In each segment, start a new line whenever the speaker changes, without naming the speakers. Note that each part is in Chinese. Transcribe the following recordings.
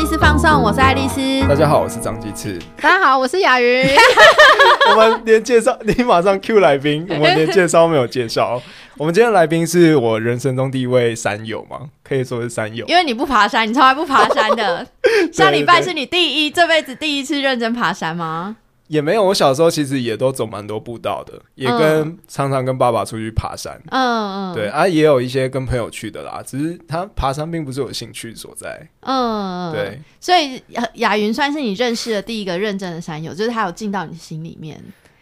丽丝放送，我是爱丽丝。
大家好，我是张鸡翅。
大家好，我是雅云。
我们连介绍，你马上 Q 来宾，我们连介绍没有介绍。我们今天的来宾是我人生中第一位山友嘛，可以说是山友。
因为你不爬山，你从来不爬山 的。上礼拜是你第一，这辈子第一次认真爬山吗？
也没有，我小时候其实也都走蛮多步道的，也跟、常常跟爸爸出去爬山。
嗯嗯，
对啊，也有一些跟朋友去的啦，只是他爬山并不是我兴趣所在。
嗯，嗯。
对，
所以呃雅云算是你认识的第一个认真的山友，就是他有进到你心里面。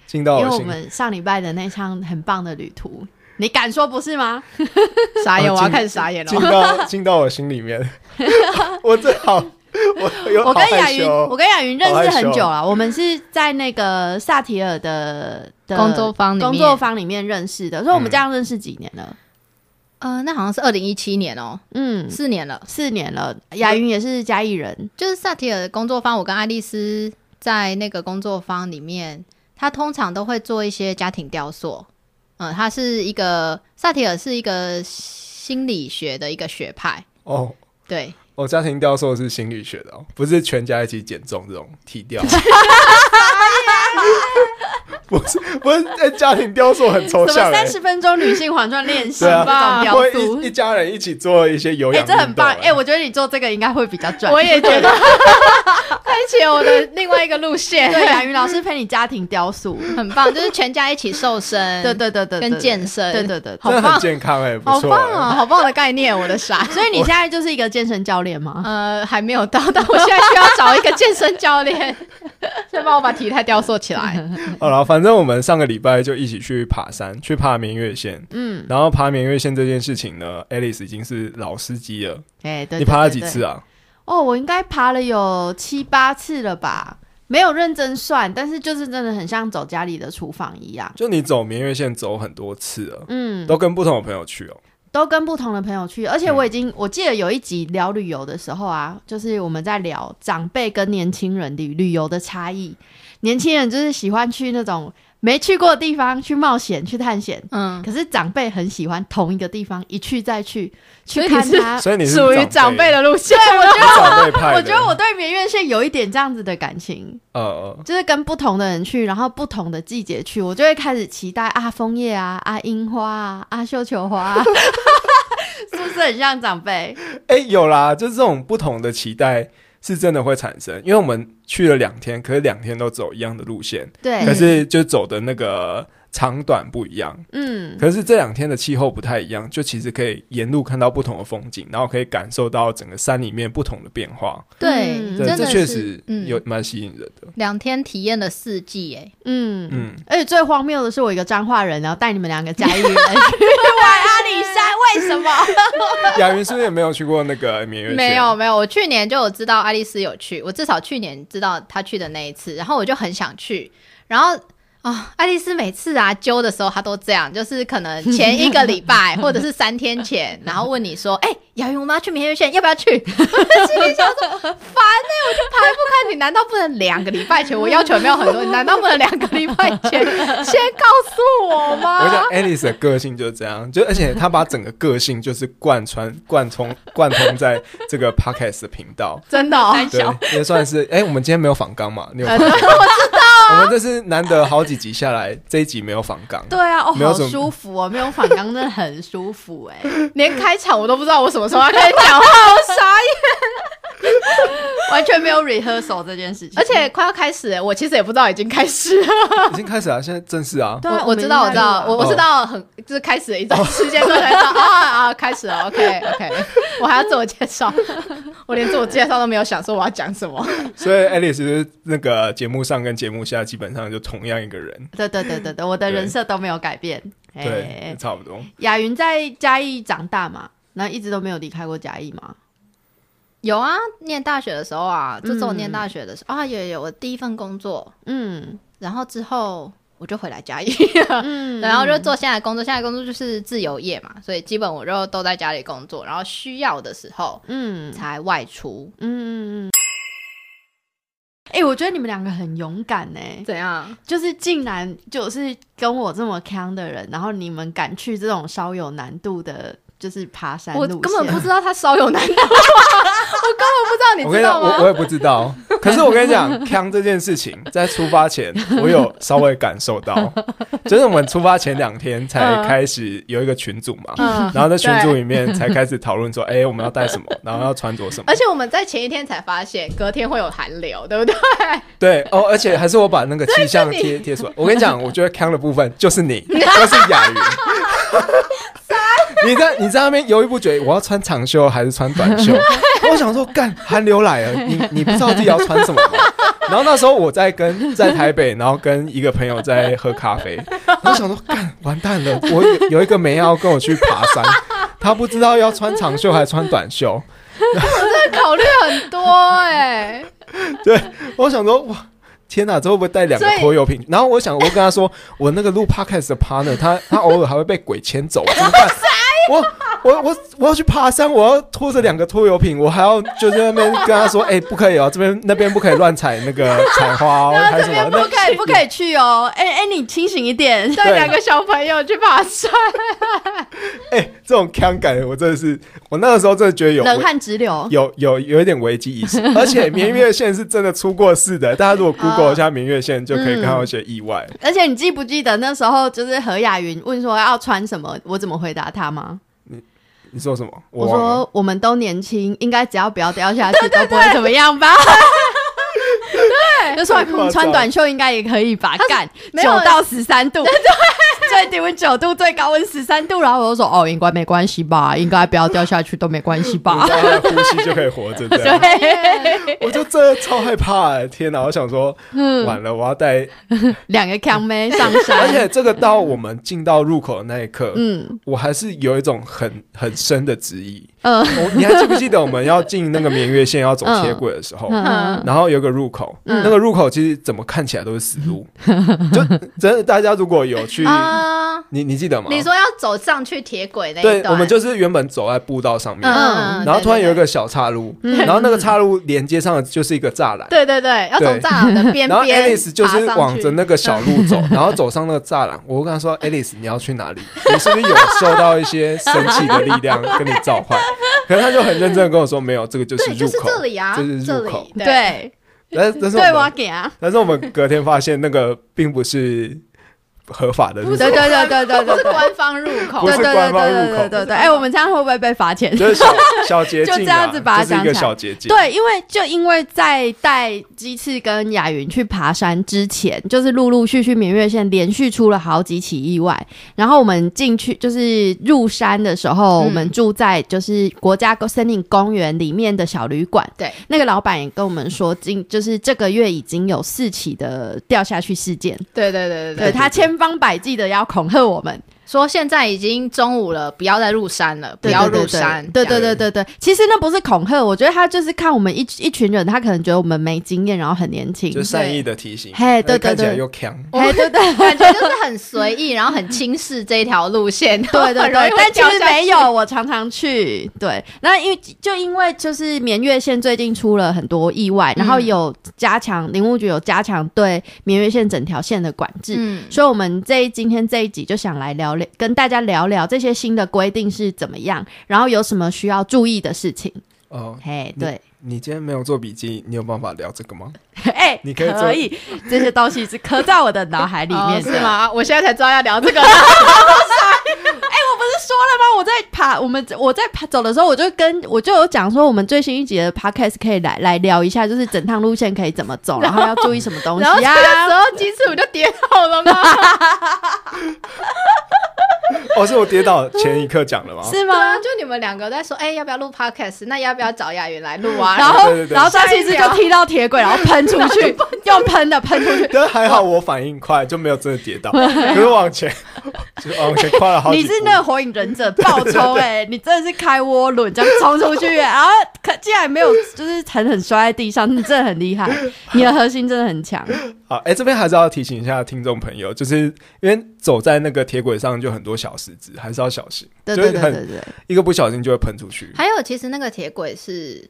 进到
因为哦
我
我
心
们上礼拜的那趟很棒的旅途，你敢说不是吗？傻眼，
啊
我要
进
开始傻眼了
进。到进到我心里面， 我这好，我有
我
好
跟雅
害
云，
羞
我
哦。
跟雅云认识很久
好
了，我们是在那个萨提尔的的
工作坊里面
工作坊里面认识的，所以我们
嗯
这样认识几年了？
呃，那好像是二零一七年哦、
嗯，
四年了。
四年了。雅云也是嘉义人，
就是萨提尔的工作坊，我跟爱丽丝在那个工作坊里面，他通常都会做一些家庭雕塑。嗯，他是一个萨提尔是一个心理学的一个学派，
哦，
对，
我家庭雕塑是心理学的、哦，不是全家一起减重这种体雕。 不是不是，哎、家庭雕塑很抽
什么
象、哎
三十分钟女性环转练习 这
对啊
种雕
会
塑
一一。家人一起做一些有
哎、
氧、运
这很
动啊
棒！哎、我觉得你做这个应该会比较赚。
我也觉得，开启了我的另外一个路线。
对雅云老师陪你家庭雕塑，
很棒，就是全家一起瘦 身，
对对对对对，
跟健身，
对对对对。
真的
好棒
很健康哎、不
好
错、
棒
哎
哦
啊，好棒的概念，我的傻。
所以你现在就是一个健身教练吗？
呃，还没有到，但我现在需要找一个健身教练， 先帮我把体态雕塑起来。
好了，反正我们上个礼拜就一起去爬山，去爬明月线。
嗯，
然后爬明月线这件事情呢，Alice 已经是老司机了。
哎、对
你
对
爬了
对
几
对
次啊？
哦，我应该爬了有七八次了吧，没有认真算，但是就是真的很像走家里的厨房一样。
就你走明月线走很多次了，
嗯，
都跟不同的朋友去哦。
都跟不同的朋友去，而且我已经、我记得有一集聊旅游的时候啊，就是我们在聊长辈跟年轻人旅旅游的差异。年轻人就是喜欢去那种没去过的地方去冒险、去探险，
嗯，
可是长辈很喜欢同一个地方一去再去，
所
去
以你
看
是
它。
所以你是
属于长辈
的，
的路线。
对，我觉
你
得
长辈派 的。
我觉得我对绵月线有一点这样子的感情。
呃呃，
就是跟不同的人去，然后不同的季节去，我就会开始期待啊枫叶啊啊樱花啊啊绣球花、啊， 是不是很像长辈？
哎、有啦，就这种不同的期待是真的会产生，因为我们去了两天，可是两天都走一样的路线，
嗯
对，
可是就走的那个长短不一样。
嗯，
可是这两天的气候不太一样，就其实可以沿路看到不同的风景，然后可以感受到整个山里面不同的变化。
对，
嗯
对，
真
这
的
确
是嗯
实有蛮吸引人的。
两天体验了四季，哎，
嗯嗯。
嗯，
而且最荒谬的是，我一个彰化人，然后带你们两个嘉义人去玩阿里山，为什么？
雅云是不是也没有去过那个绵月县？
没有没有，我去年就有知道爱丽丝有去，我至少去年知道她去的那一次，然后我就很想去，然后。哦，爱丽丝每次啊揪的时候，她都这样，就是可能前一个礼 拜或者是三天前，然后问你说：“哎、雅云，我们要去明月线，要不要去？” 我心里想说：“烦呢、欸我就排不开，你难道不能两个礼拜前？我要求也没有很多，你难道不能两个礼拜前先告诉我吗？”
我想 Alice 的个性就是这样，就而且她把整个个性就是贯穿、贯通、贯通在这个 podcast 的频道，
真的、哦，
对，也算是。哎、我们今天没有访纲嘛？你有
哎
发现？我知
啊
道、我们这是难得好几集下来，这一集没有访纲。
对啊，哦，
没有
好
什么
舒服哦，没有反刚真的很舒服哎、
连开场我都不知道我什么时候要开始 讲话，我傻眼。
完全没有 rehearsal 这件事情，
而且快要开始了，我其实也不知道已经开始了。
已经开始了，现在正式啊。
对啊
我我知道，我
们在录
知道
啊，
我我知道很就是开始了一
哦
段时间之后才知道啊啊开始了，OK OK，我还要自我介绍，我连自我介绍都没有想说我要讲什么。
所以 Alice 就是那个节目上跟节目下基本上就同样一个人，
对对对对对，我的人设都没有改变。哎
对，差不多。
雅云在嘉义长大嘛，然后一直都没有离开过嘉义嘛。
有啊，念大学的时候啊，
这是我念大
学的时候、啊，有有我第一份工作，
嗯
然后之后我就回来嘉义，
嗯
然后就做现在的工作，现在的工作就是自由业嘛，所以基本我就都在家里工作，然后需要的时候
嗯
才外出。
嗯嗯嗯。哎、我觉得你们两个很勇敢呢、
怎样？
就是竟然就是跟我这么强的人，然后你们敢去这种稍有难度的就是爬山
我
路线。
根本不知道它稍有难度， 我根本不知道，你
我跟
知
你
道
讲，
吗
我？我也不知道。可是我跟你讲，康这件事情在出发前，我有稍微感受 到，就是我们出发前两天才开始有一个群组嘛，
嗯
然后在群组里面才开始讨论说，哎、我们要带什么，然后要穿着什么
而。且我们在前一天才发现，隔天会有寒流，对不 对？
对哦，而且还是我把那个气象
对是
贴贴出来。我跟你讲，我觉得康的部分就是 你，就是雅云。 你在你在那边犹豫不决，我要穿长袖还是穿短袖？我想说，干寒流来了，你你不知道自己要穿什么吗？然后那时候我在跟在台北，然后跟一个朋友在喝咖啡，我想说，干完蛋了，我有有一个妹要跟我去爬山，她不知道要穿长袖还是穿短袖，
真的考虑很多哎、
我想说，哇，天哪，这会不会带两个拖油瓶？然后我想，我跟他说， 我那个录 podcast 的 partner，他他偶尔还会被鬼牵走，啊怎么办？我我我我要去爬山，我要拖着两个拖油瓶，我还要就在那边跟他说，哎、 不可以哦，这边那边不可以乱采那个采花、哦，还什么
不
那
可以不可以去哦！哎、哎、你清醒一点。
带
对
两个小朋友去爬山，
哎、这种腔感，我真的是，我那个时候真的觉得有
冷汗直流，
有有有一点危机 意识，而且明月线是真的出过事的，大家如果
啊
Google 一下明月线，就可以看到一些意外。
而且你记不记得那时候就是何雅云问说要穿什么，我怎么回答她吗？
你说什么？
我
忘了。
说我们都年轻，应该只要不要掉下去都不会怎么样 吧。对，就说
太夸张
嗯穿短袖应该也可以吧？干
没
九
有
到十三度，最低温九度，最高温十三度。然后我就说哦，应该没关系吧，应该不要掉下去都没关系
你
吧
知。道他的呼吸就可以活着，这样。我就真的超害怕、欸，天哪！我想说，
嗯
完了，我要带。
两个康妹上
而
山，
且这个到我们进到入口的那一刻，
嗯，
我还是有一种很很深的质疑。
嗯
我你还记不记得我们要进那个明月线要走铁轨的时候？
嗯
然后有个入口，
嗯
那个入口其实怎么看起来都是死 路，就真的大家如果有去，
啊！
你你记得吗？
你说要走上去铁轨那一
对，
段，
我们就是原本走在步道上面，
嗯，
然后突然有一
个
个小岔路，然后那个岔路连接上的就是一个栅栏，
对对对，要
对
从栅栏的边
然后
边
Alice 就是
爬上
往
去
着那个小路 走，然后走上那个栅栏。我跟她说：“Alice，你要去哪里？ 你是不是有受到一些神奇的力量跟你召唤？” 可是她就很认真的跟我说：“没有，这个就是
对，就
入
是
口，
这里啊，
这是
这
入口
里。对，
对
但”但是
对，我
我
要
们
给啊，
但是我们隔天发现那个并不是合法的入
对
口
对，对对对
不
对
是
对。
啊官方入口
不
对
是
对
官
对
方
对
入口
对对对对，哎、我们这样会不会被罚钱？
就是小小捷 径啊，
就这样子把它
就是一个
想起来
小捷径。
对，因为就因为在带鸡翅跟雅云去爬山之前，就是陆陆续续明月线连续出了好几起意外。然后我们进去就是入山的时候，
嗯
我们住在就是国家森林公园里面的小旅馆。
对，
那个老板也跟我们说，今就是这个月已经有四起的掉下去事件，
对对对对
对
对。
他千方百计的要恐吓我们。
说现在已经中午了，不要再入山了，不
对
要
对
入
对
山。
对
这样
对对对对，其实那不是恐吓，我觉得他就是看我们一一群人，他可能觉得我们没经验，然后很年轻，
就善意的提醒，哎
嘿对对
看起来
对
又强。
哎，对对
感觉就是很随意，然后很轻视这一条路线，
对对
然后
对，
很容易
但
会
其
掉
实
下
没
去哦
有，我常常去。对，那因为就因为就是绵月线最近出了很多意外，然后
嗯
有加强林务局有加强对绵月线整条线的管制，
嗯，
所以，我们这一今天这一集就想来聊聊，跟大家聊聊这些新的规定是怎么样，然后有什么需要注意的事情。
哦，
嘿，对，
你今天没有做笔记，你有办法聊这个吗？
哎、
你可以做
可以，这些东西是刻在我的脑海里面
哦
的、
是？吗？我现在才知道要聊这 个，
我不是说了吗？我在爬，我们我在爬走的时候，我就跟我就有讲说，我们最新一集的 podcast 可以来来聊一下，就是整趟路线可以怎么走，然后要注意什么东西
然后这个时
啊？
候鸡翅不就跌倒了吗？
哦，是我跌倒前一刻讲了吗？
是
对啊，
吗？
就你们两个在说，哎，要不要录 podcast？那要不要找雅云来录 啊？
然后
对对，对
然后他其实就踢到铁轨，然后喷出 去，用喷的喷出去。
但还好我反应快，就没有真的跌 倒。可是往前， 就往前跨了好几
你
步。
是那个火影忍者爆 冲哎、你真的是开涡轮这样冲出去、欸，然后可竟然没有就是狠狠摔在地上，你真的很厉害，你的核心真的很强。
好，哎、这边还是要提醒一下听众朋友，就是因为走在那个铁轨上就很多小石子，还是要小心，
对对
就是
对
很
对对，
一个不小心就会喷出去，
还有，其实那个铁轨是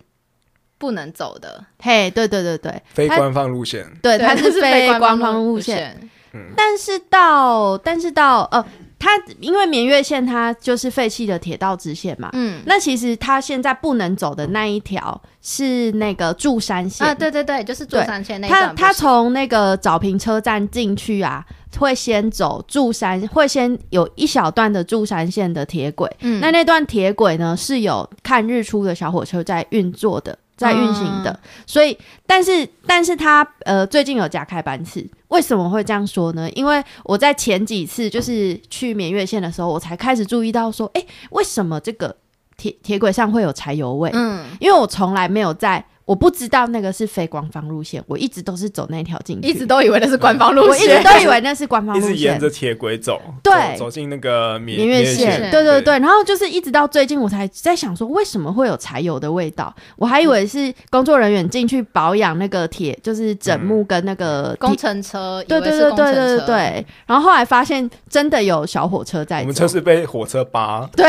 不能走的，
嘿，对对对对
非
它
官方路线。
对，它
它
是非
非
官
官
方路
路
线，
线。
但是到但是到呃，它因为绵月线它就是废弃的铁道支线嘛，
嗯，
那其实它现在不能走的那一条是那个柱山线
啊，对对对，就是坐
对
山线那一
他
段不是。
他从那个早平车站进去啊，会先走柱山，会先有一小段的柱山线的铁轨。
嗯
那那段铁轨呢是有看日出的小火车在运作的，在运行的。
啊
所以，但是但是他呃最近有加开班次，为什么会这样说呢？因为我在前几次就是去绵月线的时候，我才开始注意到说，哎、为什么这个铁铁轨上会有柴油味？
嗯，
因为我从来没有在，我不知道那个是非官方路线，我一直都是走那条进去，
一直都以为那是官方路
我一直
线，
都以为那是官方
一
路
直沿
线
着。铁轨走，
对
走走进那个绵
明月
线
线，对对对，然后就是一直到最近，我才在想说，为什么会有柴油的味道？我还以为是工作人员进去保养那个铁，就是整
嗯
木跟那个铁
嗯工，程 车，以
对
为
对
是
对
工
对
程
对对。
车
对。然后后来发现真的有小火车在
我们
走
车，是被火车扒。
然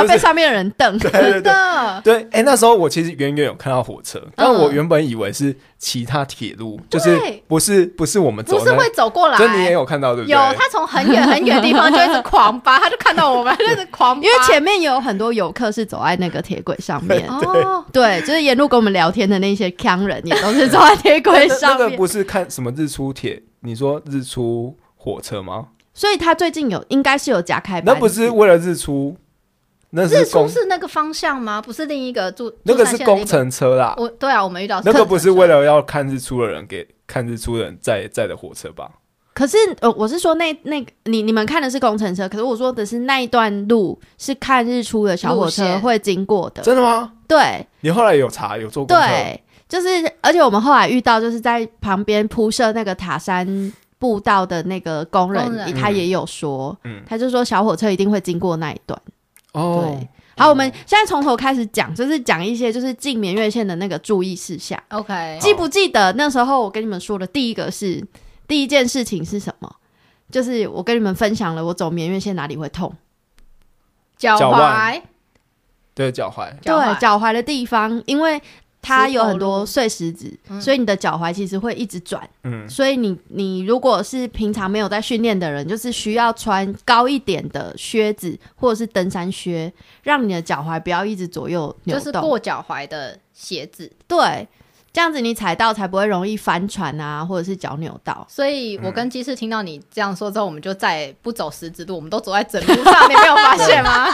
后被
就是
上面的人瞪，
对对
真
对
的，
对，哎、那时候我其实远远有看到火车，但我原本以为是其他铁路，就是
对
不是不是我们走
不
的
是
那。
会走过来，
这你也有看到对不对？
有他从很远很远的地方就一直狂扒，他就看到我们，他就一直狂
因
扒，
为前面有很多游客是走在那个铁轨上面，
哦，
对，就是沿路跟我们聊天的那些腔人，也都是走在铁
那
轨
那
上
那
面
个。不是看什么日出铁？你说日出火车吗？
所以他最近有应该是有加开班，
那不是为了日出， 那
日
是
出
工
是那个方向吗？不是另一个住
那个是工。
住山线的
程车啦
那个，我对啊，我们遇到
那个不是为
了
了要看日出的人给看日出的人载载的火车吧？
可是呃，我是说那那你你们看的是工程车，可是我说的是那一段路是看日出的小火
路
车
线
会经过的，
真的吗？
对
你后来有查有做功课？
对，就是而且我们后来遇到就是在旁边铺设那个塔山。步道的那个工人，
工人
他也有说，
嗯
他就说小火车一定会经过那一段。
哦
对，好，我们现在从头开始讲，就是讲一些就是进绵月线的那个注意事项。
OK，
记不记得那时候我跟你们说的第一个是第一件事情是什么？就是我跟你们分享了我走绵月线哪里会痛，
脚
脚
踝
腕，对脚踝，
对
脚踝
脚踝的地方，因为它有很
石头
多
路嗯
碎石子，所以你的脚踝其实会一直转。
嗯，
所以你你如果是平常没有在训练的人，就是需要穿高一点的靴子或者是登山靴，让你的脚踝不要一直左右扭
就是
动。
过脚踝的鞋子。
对，这样子你踩到才不会容易翻船啊，或者是脚扭到。
所以
嗯
我跟鸡翅听到你这样说之后，我们就再也不走十字路，我们都走在整路上，你没有发现吗？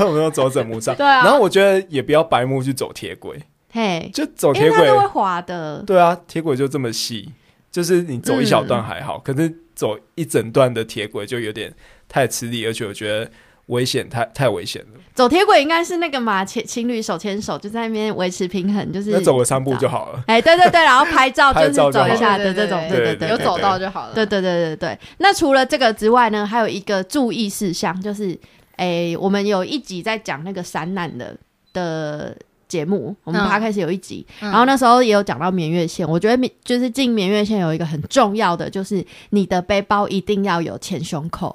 我们都走整木上。
对啊
然后我觉得也不要白目去走铁轨，
嘿，
就走
因
铁
为它
轨
是，会滑的。
对啊，铁轨就这么细，就是你走一小
嗯
段还好，可是走一整段的铁轨就有点太吃力，而且我觉得危险，太太危险了。
走铁轨应该是那个嘛，情情侣手牵手就在那边维持平衡，就是
那走个三步就。好了。
哎，对对对，然后拍 照就
拍
是
照
走
就好
一下的这种，
对
对
对
对，
有
对
走到就好了。
对对对对对。那除了这个之外呢，还有一个注意事项，就是哎，我们有一集在讲那个散难的的。节目，我们
嗯
趴开始有一集，
嗯
然后那时候也有讲到绵月线，我觉得绵就是进绵月线有一个很重要的，就是你的背包一定要有前胸扣，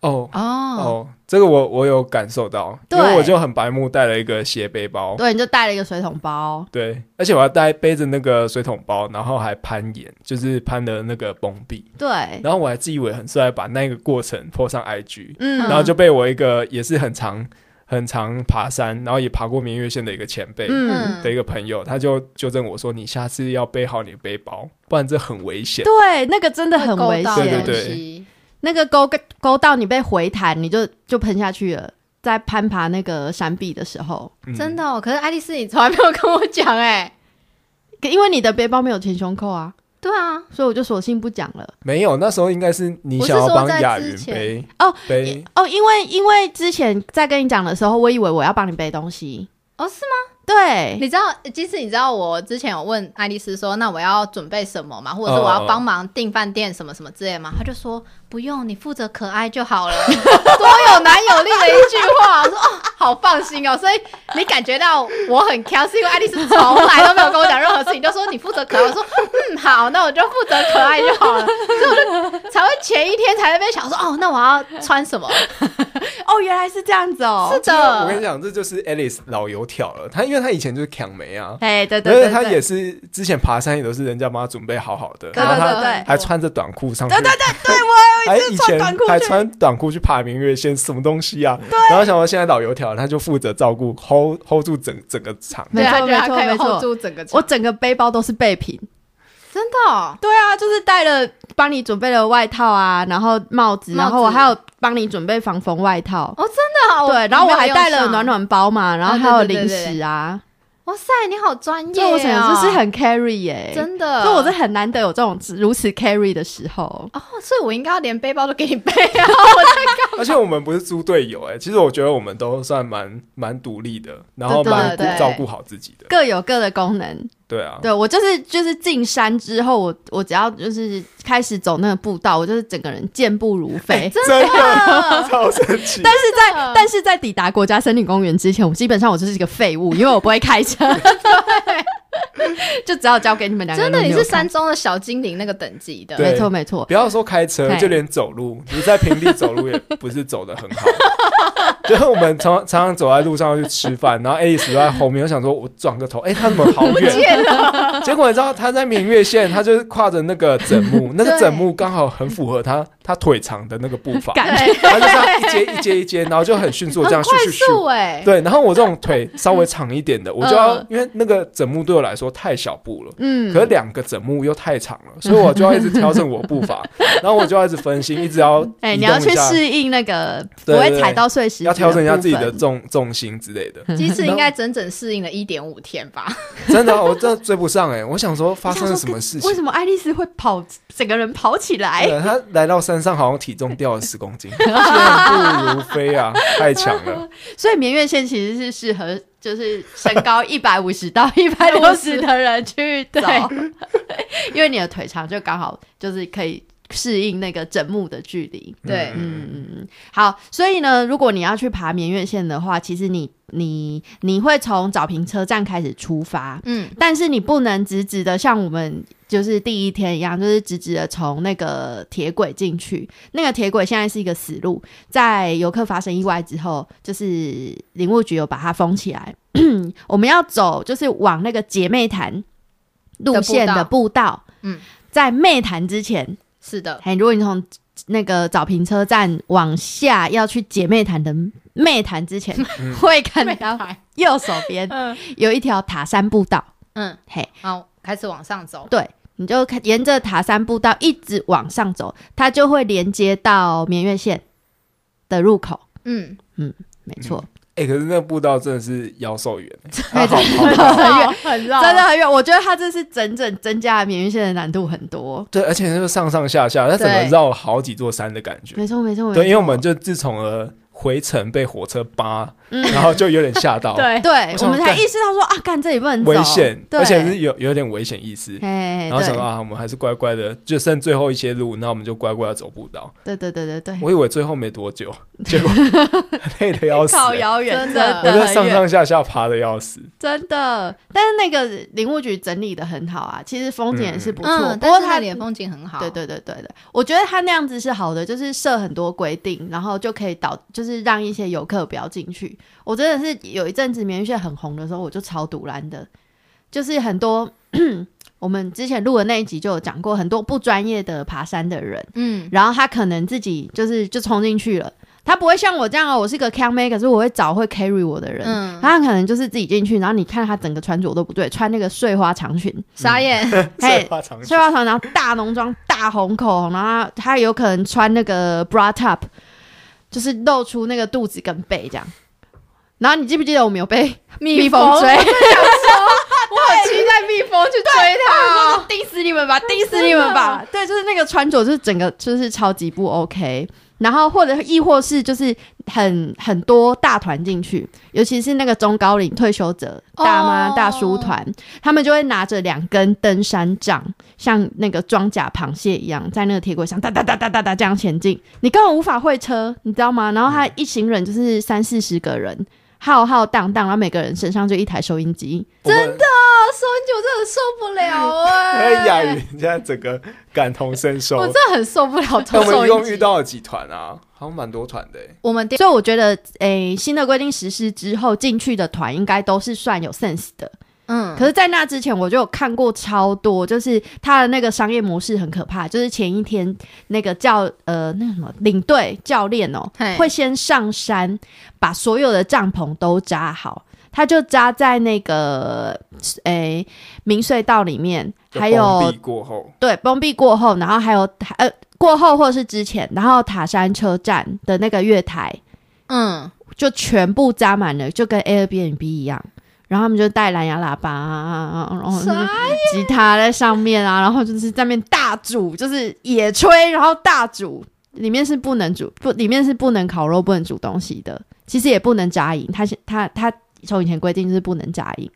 哦
哦，
哦，这个我我有感受到，因
嗯对
为我就很白目带了一个斜背包，
对，你就带了一个水桶包，
对，而且我还带背着那个水桶包，然后还攀岩，就是攀的那个崩壁，
对，
然后我还自以为很帅，把那个过程 po 上 IG，
嗯，
然后就被我一个也是很常很常爬山，然后也爬过明月线的一个前辈
嗯，
嗯
的一个朋友，他就纠正我说：“你下次要背好你的背包，不然这很危险。
对，那个真的很
会
危
勾到
险，
对对对
东西
那个勾勾到你被回弹，你就就喷下去了。在攀爬那个山壁的时候，
嗯”
真的哦。可是爱丽丝，你从来没有跟我讲哎。
嗯可因为你的背包没有前胸扣啊，
对啊，
所以我就索性不讲了。
没有，那时候应该是你
我是
想要
说
帮
在
雅
之
云
前
背
哦
背，
哦，因为因为之前在跟你讲的时候，我以为我要帮你背东西，
哦是吗？
对，
你知道，其实你知道我之前有问爱丽丝说，那我要准备什么吗？或者是
哦
我
哦
要
哦
帮忙订饭店什么什么之类吗？她就说不用，你负责可爱就 好了。多有男有力的一句话，我说哦，好放心哦。所以你感觉到我很挑，是因为爱丽丝从来都没有跟我讲任何事情，就说你负责可爱。我说嗯好，那我就负责可爱就好了。所以我就才会前一天才在那边想说哦，那我要穿什么？
哦，原来来是这样子哦、
是
我跟你
的，
讲，这就是 Alice 老油条了。她因为她以前就是抢梅啊，
哎，对对
而
对
且
对，
她也是之前爬山也都是人家帮她准备好好的，
对
然后
对
她
对对
还穿着短裤上去
对对对 对，我
还
有一
以
次穿
前
短裤
还
去，
穿短裤去爬明月线，什么东西啊？然后想到现在老油条，他就负责照顾 hold hold 住整整个场。
没
对他
错
觉
没
得他
错
可
没
以 hold
错，
住整个
我
场，
整个背包都是备品。
真的哦
对啊，就是带了帮你准备了外套啊，然后帽子，
帽子
然后我还有帮你准备防风外套。
哦，真的哦，
对，然后我还带
没有
了
用上
暖，暖包嘛，然后
啊
还有
对对
零
对对
食啊，
哇塞，你好专业
就我整
哦
个就是很 carry 耶，
真的，
所以我是很难得有这种如此 carry 的时候。
哦，所以我应该要连背包都给你背啊，
而且我们不是猪队友哎、其实我觉得我们都算蛮蛮独立的，然后
对
蛮
对对
顾照顾好自己的。
各有各的功能，
对啊，
对我就是就是进山之后，我我只要就是开始走那个步道，我就是整个人健步如飞。
真的超神奇。
但是
嗯
在但是在抵达国家森林公园之前，我基本上我就是一个废 物，因为我不会开车，就只好交给你 们两个
真
人
的，
轮流
你
开。
是山中的小精灵那个等级的，
对
没错没错，
不要说开车，
对
就连走路，你在平地走路也不是走的很好。 就是我们常常常走在路上去吃饭，然后 Alice 就在后面，我想说我转个头，哎、他怎么好远？ 结果你知道他在明月线，他就是跨着那个枕木，那个枕木刚好很符合他他腿长的那个步伐，
感觉
他就这样一阶一阶一阶，然后就很迅速地这样
很
咻
快
咻咻
速。哎，
对，然后我这种腿稍微长一点的，我就要因为那个枕木对我来说太小步了，
嗯
可是两个枕木又太长了，所以我就要一直调整我步 伐，然后我就要一直分心，一直要
哎、
移
你要
动一
去
下，
适应那个不
对
会
对
踩到碎石，
要调整一下自己的。重重心之类的。
鸡翅应该整整适应了一点五天吧？
真的啊，我真的追不上哎、我想说发生了什么事
为
情？
什么爱哎丽丝会跑，整个人跑起来？
对，他来到山上好像体重掉了 十公斤，健步如飞啊，太强了。
所以绵月线其实是适合就是身 高一百五十到一百六十的人去走， 因为你的腿长就刚好就是可以适应那个枕木的距离。
对
嗯嗯嗯，好，所以呢，如果你要去爬绵月线的话，其实你你你会从早平车站开始出发，
嗯，
但是你不能直直的像我们就是第一天一样，就是直直的从那个铁轨进去。那个铁轨现在是一个死路，在游客发生意外之后，就是林务局有把它封起来。 我们要走就是往那个姐妹潭路线的
的
步道，
嗯，
在妹潭之前，
是的，
哎，如果你从那个早平车站往下要去姐妹潭的妹潭之前，
嗯
会看到
来，
右手边
嗯
有一条塔山步道，
嗯，
嘿。
好，开始往上走，
对，你就看沿着塔山步道一直往上走，它就会连接到绵月线的入口。
嗯，
没错，
哎、可是那步道真的是妖兽园、欸，
那
它好好
真的 很远，
很绕，
真的很远。我觉得它这是整整增加了绵月线的难度很多。
对，而且就是上上下下，它整个
对
绕好几座山的感觉。
没错，没错，没错
对，因为我们就自从呃回程被火车扒，
嗯
然后就有点吓到，
对，
对
我，
我
想
们才
干
意识到说啊，干这里不能走，
危险，
对，
而且是有有点危险意识。
哎，
然后想
对，
到啊，我们还是乖乖的，就剩最后一些路，那我们就乖乖的走步道。
对对对对对，
我以为最后没多久，结果累的要死、
靠
欸，
遥远，
真
真
的
我
的
在
很
上
远
上下下爬的要死。
真的。但是那个林务局整理的很好啊，其实风景也是不错，
嗯，
不
但
过
是那
它
里的风景很好，
对，对对对对，我觉得他那样子是好的，就是设很多规定，然后就可以导，就是让一些游客不要进去。我真的是有一阵子棉絮很红的时候，我就超堵拦的，就是很多 我们之前录的那一集就有讲过，很多不专业的爬山的人，
嗯，
然后他可能自己就是就冲进去了，他不会像我这样哦，我是个 can man，可是我会找会 carry 我的人。
嗯
他可能就是自己进去，然后你看他整个穿着都不对，穿那个碎花长裙，
傻眼，
嘿啊
这花长
碎花长，然后大浓妆、大红口红，然后他他有可能穿那个 bra top，就是露出那个肚子跟背这样。然后你记不记得我们有被蜜蜂
蜂
追？
我好期待蜜蜂去追它哦。
盯死你们吧，盯死你们吧！对，就是那个穿着，就是整个就是超级不 OK。然后或者亦或是就是很很多大团进去，尤其是那个中高龄退休者、
哦
大妈、大叔团，他们就会拿着两根登山杖，像那个装甲螃蟹一样，在那个铁轨上哒哒哒哒哒哒这样前进，你根本无法会车，你知道吗？然后他一行人就是三四十个人，浩浩荡荡，然后每个人身上就一台收音机，
真的，
收音机，我真的受不了
哎，
欸
哎、
雅云现在整个感同身受。
我真的很受不了
那
偷
我们
收
一共
音
遇
机。
到了几团啊？好像蛮多团的、欸。
我们店
所以我觉得，诶、新的规定实施之后，进去的团应该都是算有 sense 的。
嗯，
可是，在那之前，我就有看过超多，就是他的那个商业模式很可怕。就是前一天那个教呃那什么领队教练哦、
嘿
会先上山把所有的帐篷都扎好，他就扎在那个诶明隧道里面，
就
还
封
有
闭过后，
对封闭过后，然后还有呃过后或是之前，然后塔山车站的那个月台，
嗯，
就全部扎满了，就跟 Airbnb 一样。然后他们就带蓝牙喇叭啊，然
哦
后就是吉他在上面啊，然后就是在那边大煮，就是野炊，然后大煮。里面是不能煮，不，里面是不能烤肉，不能煮东西的。其实也不能扎营，他是他他从以前规定就是不能扎营。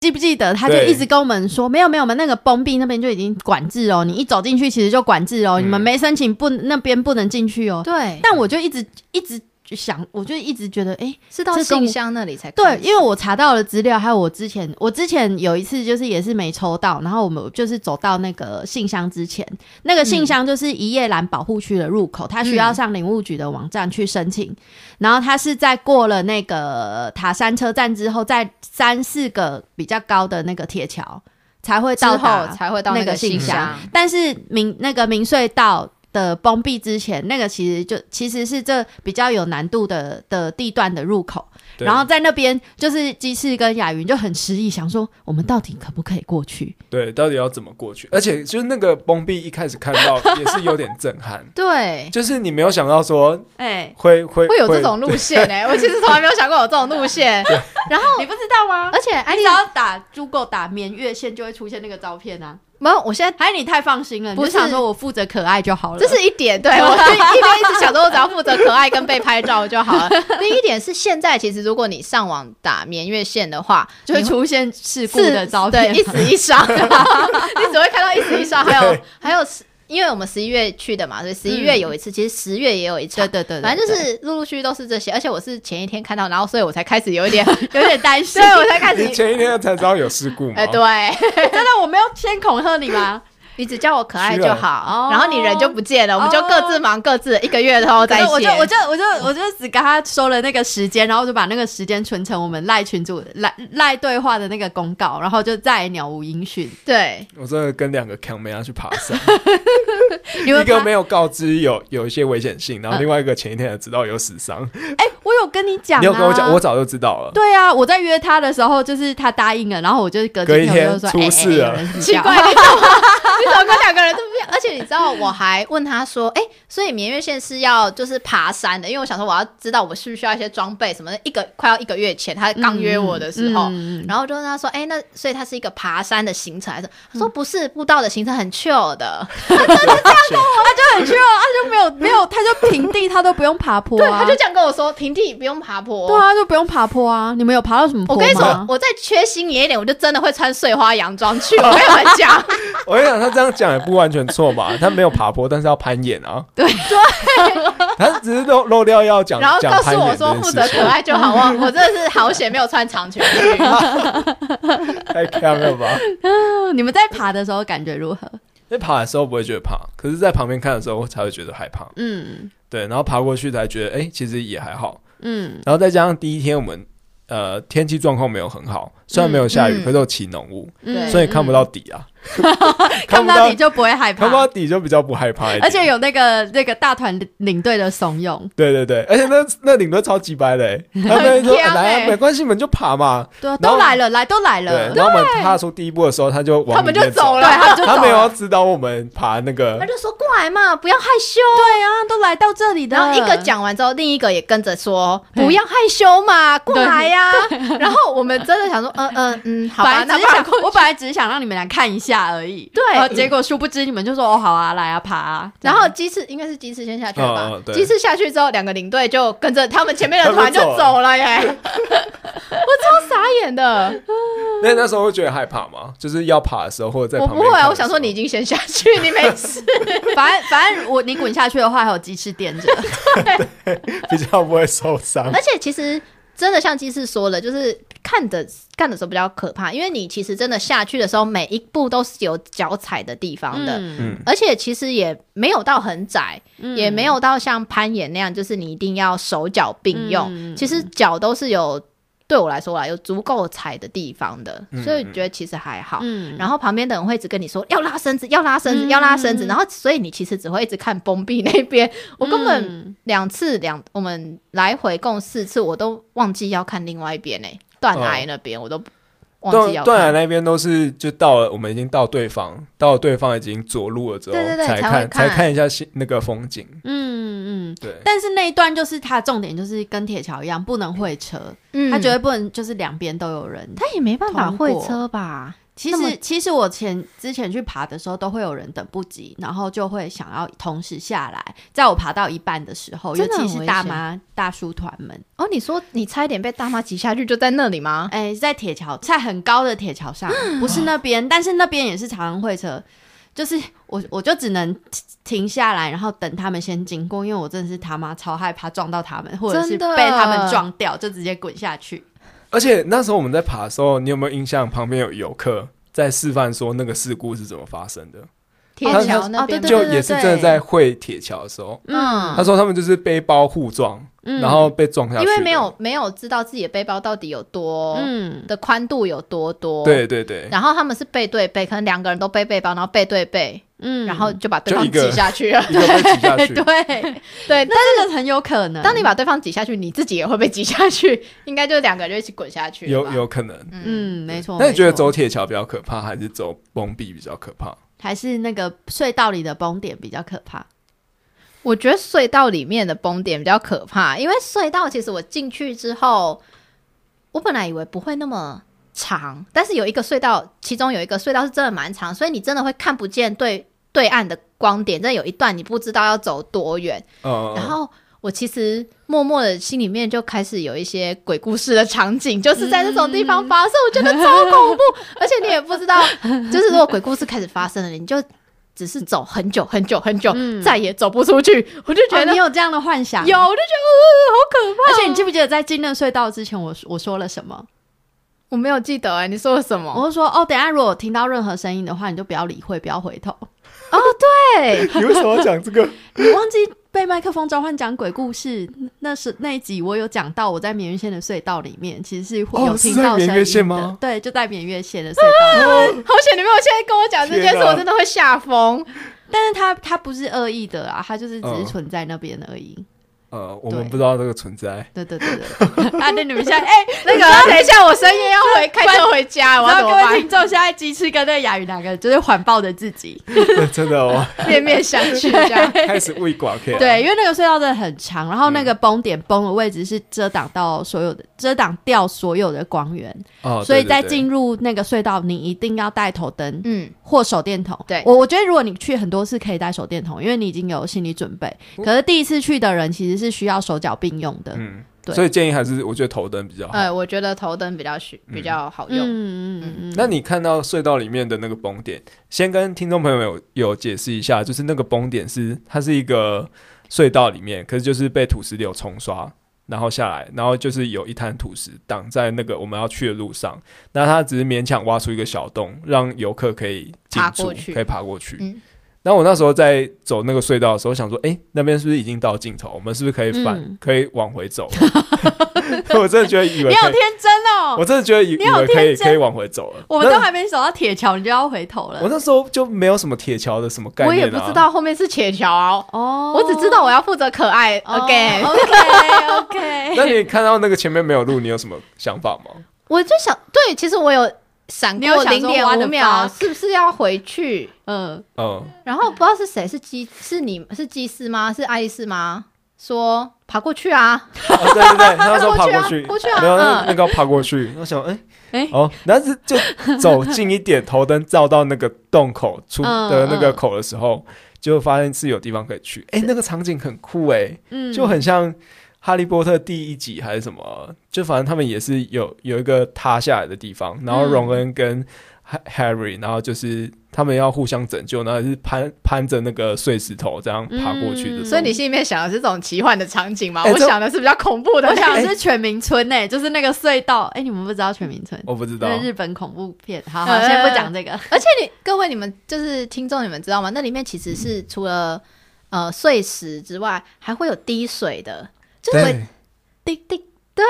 记不记得？他就
对
一直跟我们说，没有没有，我们那个崩壁那边就已经管制哦，你一走进去其实就管制哦，
嗯
你们没申请不那边不能进去哦。
对，
但我就一直一直想，我就一直觉得，哎、
是到
这跟我
信箱那里才
对，
为
因为我查到了资料，还有我之前，我之前有一次就是也是没抽到，然后我们就是走到那个信箱之前，那个信箱就是一叶兰保护区的入口，它需要上林务局的网站去申请，然后它是在过了那个塔山车站之后，在三四个比较高的那个铁桥才会
之
到达
后才会到
那
个
个信
信
箱，但是明那个明隧道的封闭之前，那个其实就其实是这比较有难度的的地段的入口。
对
然后在那边，就是鸡翅跟雅云就很迟疑，想说我们到底可不可以过去？
对，到底要怎么过去？而且就是那个崩壁一开始看 到也是有点震撼，
对，
就是你没有想到说
哎、
会会
会有这种路 线
欸
哎、我其实从来没有想过有这种路线。
你不知道吗？
而且哎艾
你
丽
只要打 Google 打绵月线，就会出现那个照片啊。
没有，我现在
还是你太放心了，你
不
就是想说我负责可爱就好了。
这是一点， 对我就一边一直想说，我只要负责可爱跟被拍照就 好了。
另一点是，现在其实如果你上网打绵月线的话，
就会出现事故
是
的照片，
对，一 死一伤。
你只会看到一死一伤，还
还
有
有还有十，因为我们十一月去的嘛，所以十一月有一次，其实十月也有一
嗯对
场。
对对，对
反正就
对
是陆陆续续都是这些，而且我是前一天看到，然后所以我才开始有 一点，
有点担心
对。我才开始
你，前一天才知道有事故嘛？
哦
哎，对，
真的，我没有先恐吓你吗？
你只叫我可爱
虚
就
了
好
哦，
然后你人就不见了，我们就各自忙各自的，一个月后
可
在一
是
起。
哦我就我就我就我就只跟他说了那个时间，然后就把那个时间存成我们赖群主赖赖对话的那个公告，然后就再也鸟无音讯。
对，
我真的跟两个扛妹要去爬 山，
因为
一个
怕
没有告知有有一些危险性，然
嗯
后另外一个前一天才知道有死伤。
哎、我有跟你讲、啊，
你有跟我讲，我早就知道了。
对啊，我在约他的时候，就是他答应了，然后我就隔
隔一
几天我就
天
说，哎、
出事了
哎哎 有人死
奇
掉
怪， 你怎么 你怎么跟两个人都不一样？而且你知道，我还问他说：“哎、所以绵月线是要就是爬山的，因为我想说我要知道我需不需要一些装备什么的。一个快要一个月前，他刚约我的时候，
嗯嗯
然后我就问他说：‘哎、那所以它是一个爬山的行程还是？’他说：‘不是，步道的行程很 chill 的。
嗯
啊
他很 c h 他就没有没有，他就平地，他都不用爬坡、
对，
啊，
他就这样跟我说，平地不用爬坡。
对啊，就啊不用爬坡啊。你们有爬到什么坡
我
吗？
跟你说，我再缺心眼一点，我就真的会穿碎花洋装去。我跟你们讲，
我跟你讲，他这样讲也不完全错嘛，他没有爬坡，但是要攀岩啊。对对， 他只是漏漏掉要讲
然后
讲
告
攀
诉我
岩
说
这件
负
事
责
情
可，爱就好，我我真的是好险没有穿长裙去。
太坑了吧？
嗯你们在爬的时候感觉如何？
在爬的时候不会觉得怕，可是，在旁边看的时候才会觉得害怕。
嗯
对，然后爬过去才觉得，哎、其实也还好。
嗯，
然后再加上第一天我们呃天气状况没有很好，虽然没有下雨，
嗯
可是有起浓雾，
嗯
所以看不到底啊，
看不
不
到你就不会害怕，
看不到底就比较不害怕一点。
而且有那个那个大团领队的怂恿，
对对对，而且那那领队超级白的、欸，他们说、
很强欸
来、啊、没关系，你们就爬嘛。
对啊，
然后
都来了，来都来
对，
了，
然后我们踏出第一步的时候，他就往
他们
里面
就走
对，
了
他们就走
他没有要
了，
指导我们爬那
他
个，
就说过来嘛，不要害羞。
对啊，都来到这里的，
然后一个，讲完之后，另一个也跟着说：“不要害羞嘛，过来啊呀、 然后我们真的想说：“嗯嗯 嗯，好
本
吧，
来
那
只
不
是
然
想，我本来只是想让你们俩看一下而已，
对
然后结果殊不知你们就说哦好啊，来啊爬啊，
然后鸡翅应该是鸡翅先下去了吧？
哦对
鸡翅下去之后，两个领队就跟着他们前面的团就
他们走
走了 耶！我超傻眼的，
那那时候会觉得害怕吗？就是要爬的时候或者在
我
旁
不
边看的时候，
会啊，我想说你已经先下去，你没事，
反正反正我你滚下去的话还有鸡翅垫 着，
比较不会受伤
嗯
而。且其实真的像鸡翅说的，就是看的看的时候比较可怕，因为你其实真的下去的时候，每一步都是有脚踩的地方的，
嗯
嗯，
而且其实也没有到很窄，
嗯
也没有到像攀岩那样，就是你一定要手脚并用。
嗯
其实脚都是有，对我来说啦，有足够踩的地方的，
嗯
所以觉得其实还好。
嗯
然后旁边的人会一直跟你说要拉绳子，要拉绳子，要拉绳子，然后所以你其实只会一直看崩壁那边。我根本
嗯
两次两，我们来回共四次，我都忘记要看另外一边呢、断崖那边我都忘记要
断断崖
看。
那边都是就到了，我们已经到对方，到了对方已经着陆了之后，
对对对
才
才会
看
看
看一下西那个风景。
嗯嗯，
对，
但是那一段就是它的重点就是跟铁桥一样，不能会车，
嗯
他绝对不能就是两边都有人。
他也没办法
通过
会车吧？
其
那么
实其实我前之前去爬的时候，都会有人等不及，然后就会想要同时下来。在我爬到一半的时候，
真
尤
的很
其是
危险
大妈大叔团们，
哦，你说你差一点被大妈挤下去，就在那里吗？
哎、在铁桥，在很高的铁桥上， 不是那边，但是那边也是常常会车，就是我我就只能停停下来，然后等他们先经过，因为我真的是他妈超害怕撞到他们，或者是
真的
被他们撞掉，就直接滚下去。
而且那时候我们在爬的时候，你有没有印象？旁边有游客在示范说那个事故是怎么发生的，
铁
他
桥那边
哦对对
就也是真的
对
在会铁桥的时候，
嗯
他说他们就是背包互撞，
嗯
然后被撞下去，
因为没。有没有知道自己的背包到底有多、
嗯，
的宽度有多多，
对对 对，
然后他们是背对背，可能两个人都背背包，然后背对背，
嗯
然后就把对
就
方
一个
挤下去了。
一个被挤下去，
对对， 但
那这个很有可能，
当你把对方挤下去，你自己也会被挤下去，应该就两个人就一起滚下 去。
有，有可能。
嗯，没错。
那你觉得
没错
走铁桥比较可怕，还是走崩壁比较可怕？
还是那个隧道里的崩点比较可怕？
我觉得隧道里面的崩点比较可怕，因为隧道其实我进去之后，我本来以为不会那么长，但是有一个隧道，其中有一个隧道是真的蛮长，所以你真的会看不见对对岸的光点，真的有一段你不知道要走多远。
嗯，
然后我其实默默的心里面就开始有一些鬼故事的场景，就是在这种地方发生，我觉得超恐怖，
嗯
而且你也不知道，就是如果鬼故事开始发生了，你就只是走很久很久很久，
嗯
再也走不出去，我就觉
哦
得
你
有，
有这样的幻想？
我就觉得、呃、好可怕，
而且你记不记得在进那隧道之前我，我说了什么？
我没有记得哎、你说了什么？
我是说，哦，等一下如果我听到任何声音的话，你就不要理会，不要回头。
对，
你为什么要讲这个？
你忘记被麦克风召唤讲鬼故事那是那一集，我有讲到我在绵月线的隧道里面，其实是会
哦
有听到声音的。
是在绵月线吗
对，就在绵月线的隧道里，
好险你没有现在跟我讲这件事，
天哪
我真的会吓疯。
但是他他不是恶意的啊，他就是只
嗯
是存在那边而已。
呃，我们
对
不知道这个存在。
对对对 对， 啊，那你们现在哎，
那个，等一下我深夜要回开车回家，我要
然
怎
后各
么
位
办？
听众现在鸡翅跟那个雅宇两个就是环抱着自己，
真的，哦我
面面相觑这样。
开始畏寡 K。
对，因为那个隧道真的很长，然后
嗯
那个崩点崩的位置是遮挡到所有的遮挡掉所有的光源，
哦，
所以
对
在
对
进入那个隧道，你一定要带头灯
嗯，
或手电筒。
对
我我觉得如果你去很多次可以带手电筒，因为你已经有心理准备。可是第一次去的人其实是需要手脚并用的
对。嗯，
对
所以建议还是我觉得头灯比较好。
呃，我觉得头灯比较需比较好
嗯
用。
嗯嗯嗯，
那你看到隧道里面的那个崩点，先跟听众朋友有有解释一下，就是那个崩点是它是一个隧道里面，可是就是被土石流冲刷，然后下来，然后就是有一滩土石挡在那个我们要去的路上，那它只是勉强挖出一个小洞，让游客可以进
爬
出
过，去
可以爬过去。
嗯
那我那时候在走那个隧道的时候，想说，诶，那边是不是已经到尽头？我们是不是可以反，
嗯
可以往回走了？ 我真的觉得以为
你
可
好
以
天真哦！
我真的觉得以以
你好
为可以
天真
可以往回走了。
我们都
那
还没走到铁桥，你就要回头
我
了。
那时候就没有什么铁桥的什么概
我也
念、啊，
不知。道后面是铁桥啊，
哦
我只知道我要负责可爱。OK，、
OK OK，
那你看到那个前面没有路，你有什么想法 吗？
我就想，对，其实我有闪
你有
过
想
零
说
点
what
五
the
秒，
fuck？
是不是要回去？
嗯，
嗯，
然后不知道是谁，是基是你是基斯吗？是爱丽丝吗？说爬过去啊，
哦对对 对，他那时候爬
过去啊
过去，
过去啊
没有那
嗯
那个要爬过去。我想，哎、
哎
哦，但是就走近一点，头灯照到那个洞口出
嗯
的那个
嗯
口的时候，就发现是有地方可以去。哎、那个场景很酷哎、
嗯
就很像《哈利波特》第一集还是什么，就反正他们也是有有一个塌下来的地方，然后
嗯
荣恩跟 Ha- Harry，然后就是他们要互相拯救，然后是攀攀着那个碎石头这样爬过去
嗯
的时候。
所以你心里面想的是这种奇幻的场景吗？
哎
我
这
想的是比较恐怖的
我
那
想
样
的
哎
子。
是全民村诶、就是那个隧道。哎、你们不知道全民村？
我不知道
那，日本恐怖片。好好，先不讲这
哎
个。
而且你各位你们就是听众，你们知道吗？那里面其实是除了呃碎石之外，还会有滴水的，就是会
对，
滴滴对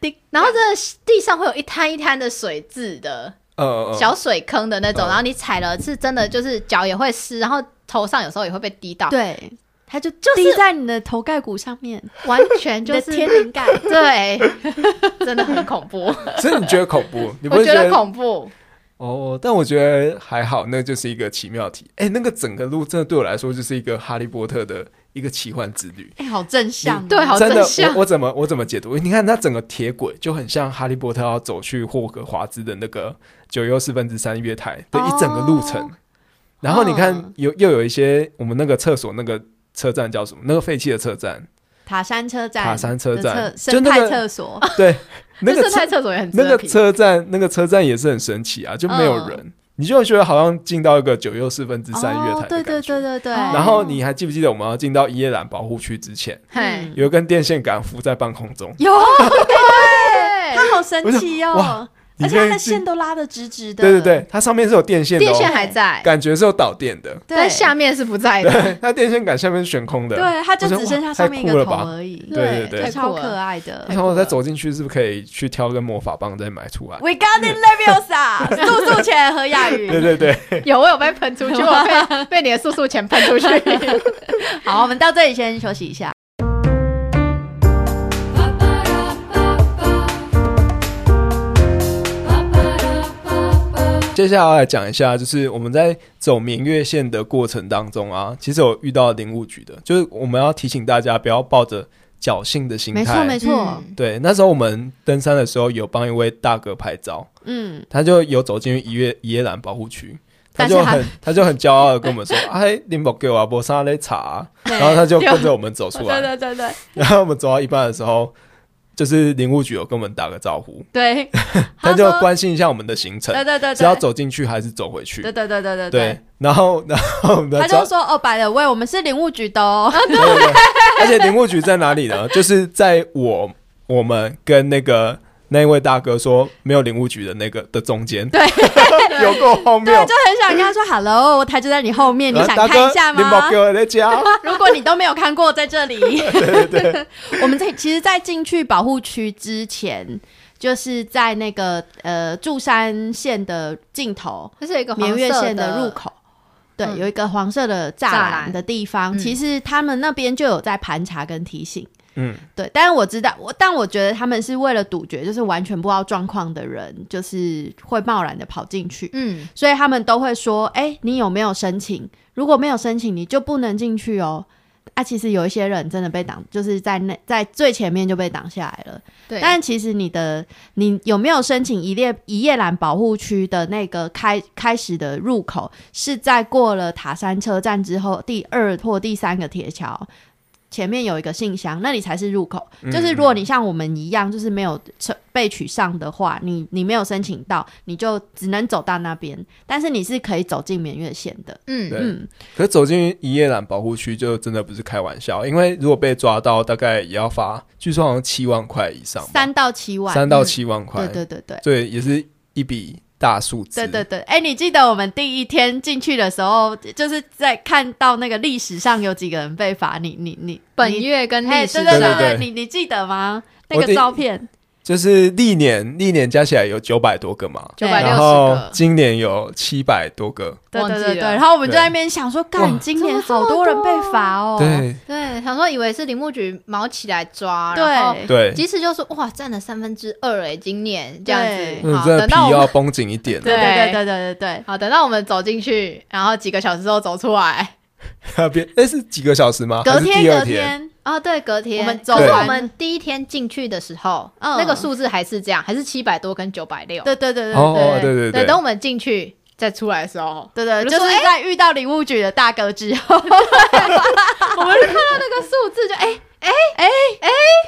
滴，然后这地上会有一滩一滩的水渍的
呃
嗯
呃，
小水坑的那种，
嗯
然后你踩了是真的就是脚也会湿，然后头上有时候也会被滴到，
对，它就
就是
滴在你的头盖骨上面，
完全 就
你的天
是
灵盖。
对， 真的很恐怖，
所以你觉得恐 怖？你不
我
会
觉
觉
得恐怖。
哦，但我觉得还好，那就是一个奇妙体。哎、那个整个路真的对我来说就是一个哈利波特的一个奇幻之旅。
哎、好正向哦。
对好
真的
正，向
我我怎么我怎么解读？你看那整个铁轨就很像哈利波特要走去霍格华兹的那个九又四分之三月台的一整个路程。
哦
然后你看
嗯
有又有一些我们那个厕所那个车站叫什么？那个废弃的车站，
塔山车站，
塔山车站
的厕
就
生
那
态
个
厕所。
对，那
这
个
生
车
态厕所也很值
那
得
个
评
车站那个车站也是很神奇啊，就没有人，你就会觉得好像进到一个九又四分之三月
嗯哦，
台的感觉。
对对对对对。
然后你还记不记得我们要进到伊叶兰保护区之前，
嘿，
嗯
有一根电线杆浮在半空中？
有，啊
对
它好神奇
我想
哦！而
你
且它
可以
的
进
线都拉的直直的。
对对对，它上面是有电线的、哦，
电线还在，
感觉是有导电的，
对，
但下面是不在的。
对，它电线杆下面是悬空的，
对，它就
我说
只剩
哇
下上面一
太
个
酷
头
了吧。
而已。
对对对
太酷
超
了
可爱的。
然后我再走进去，是不是可以去挑根魔法棒再买出来？
We got it, Leviosa！速 速前何亚
对
宇。
对对，
有，我有被喷出去，我 被被你的速速钱喷出去。
好，我们到这里先休息一下。
接下来来讲一下，就是我们在走明月线的过程当中啊，其实有遇到林务局的，就是我们要提醒大家不要抱着侥幸的心态。
没错没错，
对，那时候我们登山的时候有帮一位大哥拍照，
嗯，
他就有走进一月野兰保护区，他
但是
就
他
很他就很骄傲的跟我 们说：“哎，林宝给我啊，我上来查啊。”然后他就跟着我们走出来。
对对对
然后我们走到一半的时候，就是林务局有跟我们打个招呼，
对，
他
他
就
说
关心一下我们的行程
对，对对
是要
对，
走进去还是走回去。
对对对对对
对，然后 然后我们
他
抓
就说哦，摆了位，我们是领务局的哦。
对对对， 而且林务局在哪里呢？就是在我我们跟那个那一位大哥说没有林务局的那个的中间，对， 有够荒谬
对，。就很想跟他说 “hello”，我台就在你后哎 面，你
然后
想
啊大
看
哥
一下
林宝
吗
给？我在 家，
如果你都没有看过，在这里。 我们在其实，在进去保护区之前，就是在那个呃柱山县的尽头，
这是一个
绵
黄
月
色
县的入口。对，
嗯
有一个黄色的栅
栅
栏
栏
的地方，
嗯
其实他们那边就有在盘查跟提醒。
嗯，
对，但是我知道，我但我觉得他们是为了杜绝，就是完全不知道状况的人，就是会贸然的跑进去。
嗯，
所以他们都会说：“哎、你有没有申请？如果没有申请，你就不能进去哦。”啊，其实有一些人真的被挡，就是在那在最前面就被挡下来了。
对，
但其实你的你有没有申请一列一叶兰保护区的那个开开始的入口，是在过了塔山车站之后第二或第三个铁桥。前面有一个信箱，那里才是入口。
嗯
就是如果你像我们一样，就是没有车被取上的话，你你没有申请到，你就只能走到那边。但是你是可以走进绵月线的。
嗯
对
嗯，
可是走进一夜兰保护区就真的不是开玩笑，因为如果被抓到，大概也要罚，据说好像七万块以上吧，
三到七万，嗯
三到七万块，
对对对对。
对，也是一笔大数字。
对对对，哎、你记得我们第一天进去的时候，就是在看到那个历史上有几个人被罚，你你你
本月跟
你哎，
历
对对
史
对
对
上，
对，你你记得吗？那
我第
个照片，
就是历年历年加起来有九百多个嘛，
对
九百六
然
十
后
个，
今年有七百多个，
对
忘
对
记
对对。
了
然后我们就
对
在那边想说，
哇
干，今年好多人被罚哦。
对
对，想说以为是铃木局毛起来抓，然后
对
对，
即使就说哇，占了三分之二哎，今年这样
对
子，
嗯，
好，
真的
等
皮
到我
要
们
绷紧一点啊
对
了，
对对对对对
好，等到我们走进去，然后几个小时之后走出来，
别那是几个小时吗？
对，隔
还是第二
隔，天，
哦，对，隔天
我们走
可是
完
我们第一天进去的时候，
嗯
那个数字还是这样，还是七百多跟九百六，
对对对对
哦
对
对对
对，等我们进去再出来的时候，
对对，
我就
就
说
是在遇到领务局的大哥之后，
我们就看到那个数字就哎，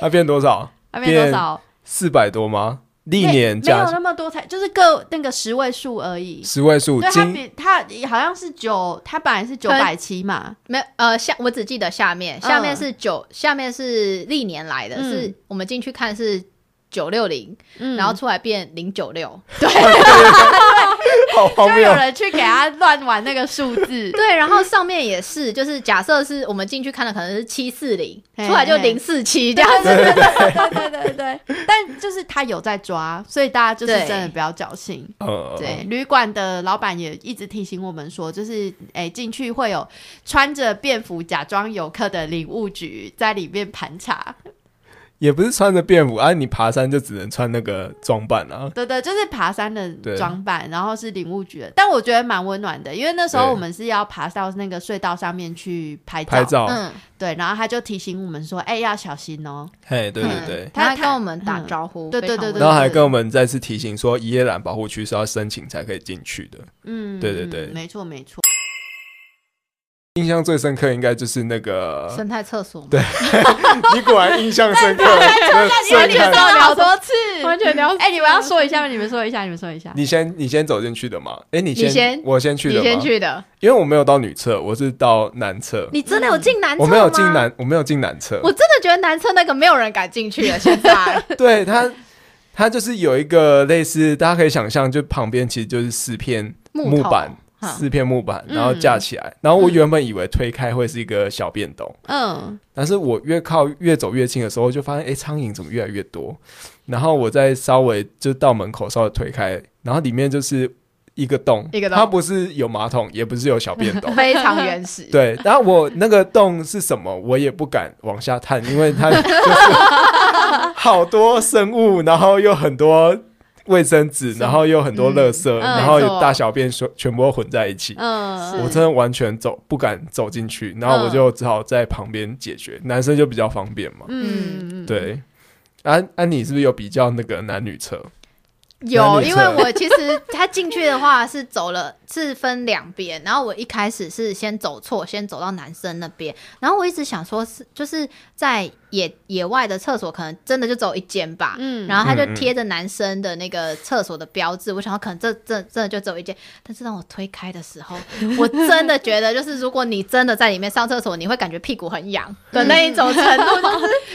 它变多少？
还没多少，
四百多吗？历年
没没有
加
那么多才，就是个那个十位数而已。
十位数，
对，它
今
比它好像是九，它本来是九百七嘛，
没有呃下，我只记得下面，下面
嗯
是九、下面是历年来的，
嗯
是我们进去看是九六零，
嗯，
然后出来变零九六。，
好荒
就有
谬，
人去给他乱玩那个数字
对，然后上面也是，就是假设是我们进去看的可能是七四零，
嘿
出来就
嘿
零四七这
对
样
对对对对对对对。但就是他有在抓，所以大家就是
对
真的不要侥幸。
呃，
对，旅馆的老板也一直提醒我们说，就是哎，进去会有穿着便服假装游客的领务局在里面盘查。
也不是穿着便服啊，你爬山就只能穿那个装扮啊，
对对，就是爬山的
对
装扮，然后是领物局的，但我觉得蛮温暖的，因为那时候
对
我们是要爬到那个隧道上面去拍照，
拍照，
嗯，
对，然后他就提醒我们说，哎、要小心哦、
嘿，对对
嗯
对。
他
他
还跟我们打招呼，
嗯对对
非常
对对
温
然
柔
后还跟我们再次提醒说，宜野兰保护区是要申请才可以进去的。
嗯，
对对
嗯
对
没错没错。
印象最深刻应该就是那 个，
生态厕所嘛，
对你果然印象深刻。
因为
那
你们
生
知道
态，
好多次，
完全聊死
哎、你们要说一下吗？你们说一下，你们说一下。
你先你先走进去的嘛？哎，你
你先
我先去
你
的
先
吗？嗯
去的，
因为我没有到女厕，我是到男厕。
你真的有进男厕
我
吗？
没有进，男，我没有进男厕。
我真的觉得男厕那个没有人敢进去了，现在
对它，它就是有一个类似，大家可以想象，就旁边其实就是四片
木
木
头
板，
哈
四片木板，
嗯
然后架起来。然后我原本以为推开会是一个小便斗，
嗯，
但是我越靠越走越近的时候，就发现哎，诶苍蝇怎么越来越多？然后我再稍微就到门口稍微推开，然后里面就是一个洞，
一个洞。
它不是有马桶，也不是有小便斗
非常原始。
对，然后我那个洞是什么，我也不敢往下探，因为它就是 好多生物，然后又很多卫生纸，然后又很多垃圾，
嗯
然后
没
有
错
大小便全全部都混在一起。
嗯，
我真的完全走不敢走进去，然
嗯
后我就只好在旁边解决。男生就比较方便嘛，
嗯，
对。安、安、妮是不是有比较那个男女厕？
有，
男女
因
厕
为我其实他进去的话是走了，是分两边。然后我一开始是先走错，先走到男生那边。然后我一直想说是，就是在野野外的厕所，可能真的就走一间吧。
嗯
然后他就
嗯嗯
贴着男生的那个厕所的标志，我想要可能这这真的就只有一间。但是当我推开的时候，我真的觉得，就是如果你真的在里面上厕所，你会感觉屁股很
嗯
痒的那一种程度，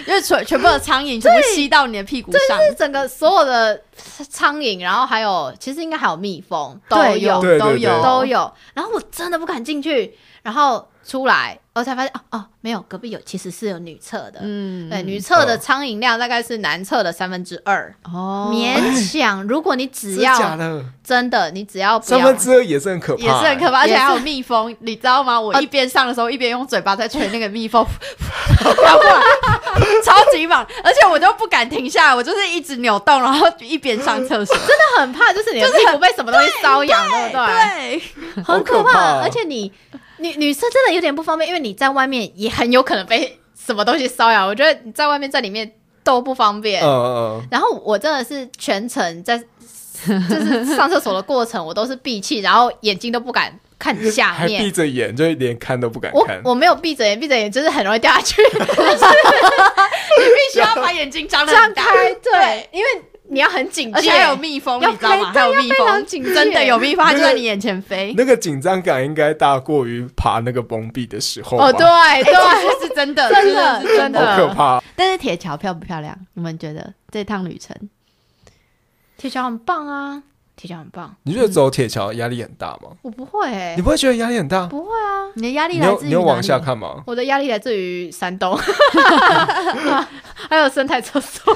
因为全全部的苍蝇全部吸到你的屁股上，
就是整个所有的苍蝇，然后还有其实应该还有蜜蜂都
对
有
对对
都
对
有
都有。然后我真的不敢进去，然后出来我才发现哦哦，没有，隔壁有其实是有女厕的，
嗯，
对，女厕的苍蝇量大概是男厕的三分之二，
哦，
勉强。如果你只
真假
要
的，
真的，你只要不
三
要
分之二也是很可怕、
也是很可怕，而
也是
且还有蜜蜂，你知道吗？我
呃
一边上的时候，一边用嘴巴在吹那个蜜蜂， 飘过来，超级猛，而且我都不敢停下来，我就是一直扭动，然后一边上厕所，真
很怕，就是你的屁股被什么东西瘙痒，对不
对，
好
很
可
可
怕
怕，而且你女女生真的有点不方便，因为你在外面也很有可能被什么东西骚扰。我觉得你在外面在里面都不方便。
嗯嗯
然后我真的是全程在 就是上厕所的过程，我都是闭气，然后眼睛都不敢看
嗯，
下
还闭
面。
着眼，就连看都不敢
我
看。
我没有闭着眼，闭着眼就是很容易掉下 去。
你必须要把眼睛张得
张
很大，
开，对，因为你要很警
而且
戒，
还有蜜蜂，
要
你知道吗？
非
还有蜜
非常
蜂，
警戒，
真的有蜜蜂，它
那
就
个
在你眼前飞。
那个紧张感应该大过于爬那个崩壁的时候吧哦
哦，对对，
对，哎啊是真的，
真的
是真
好可
的。
怕。
但是铁桥漂不漂亮？你们觉得这趟旅程？
铁桥很棒啊，铁桥很棒，
你觉得走铁桥压力很大吗？
我不会欸
你不会觉得压力很大？
不会啊，
你的压力
你
来
有
自于
你有往
哪里
下 看吗？
我的压力来自于山 东，还有生态厕所。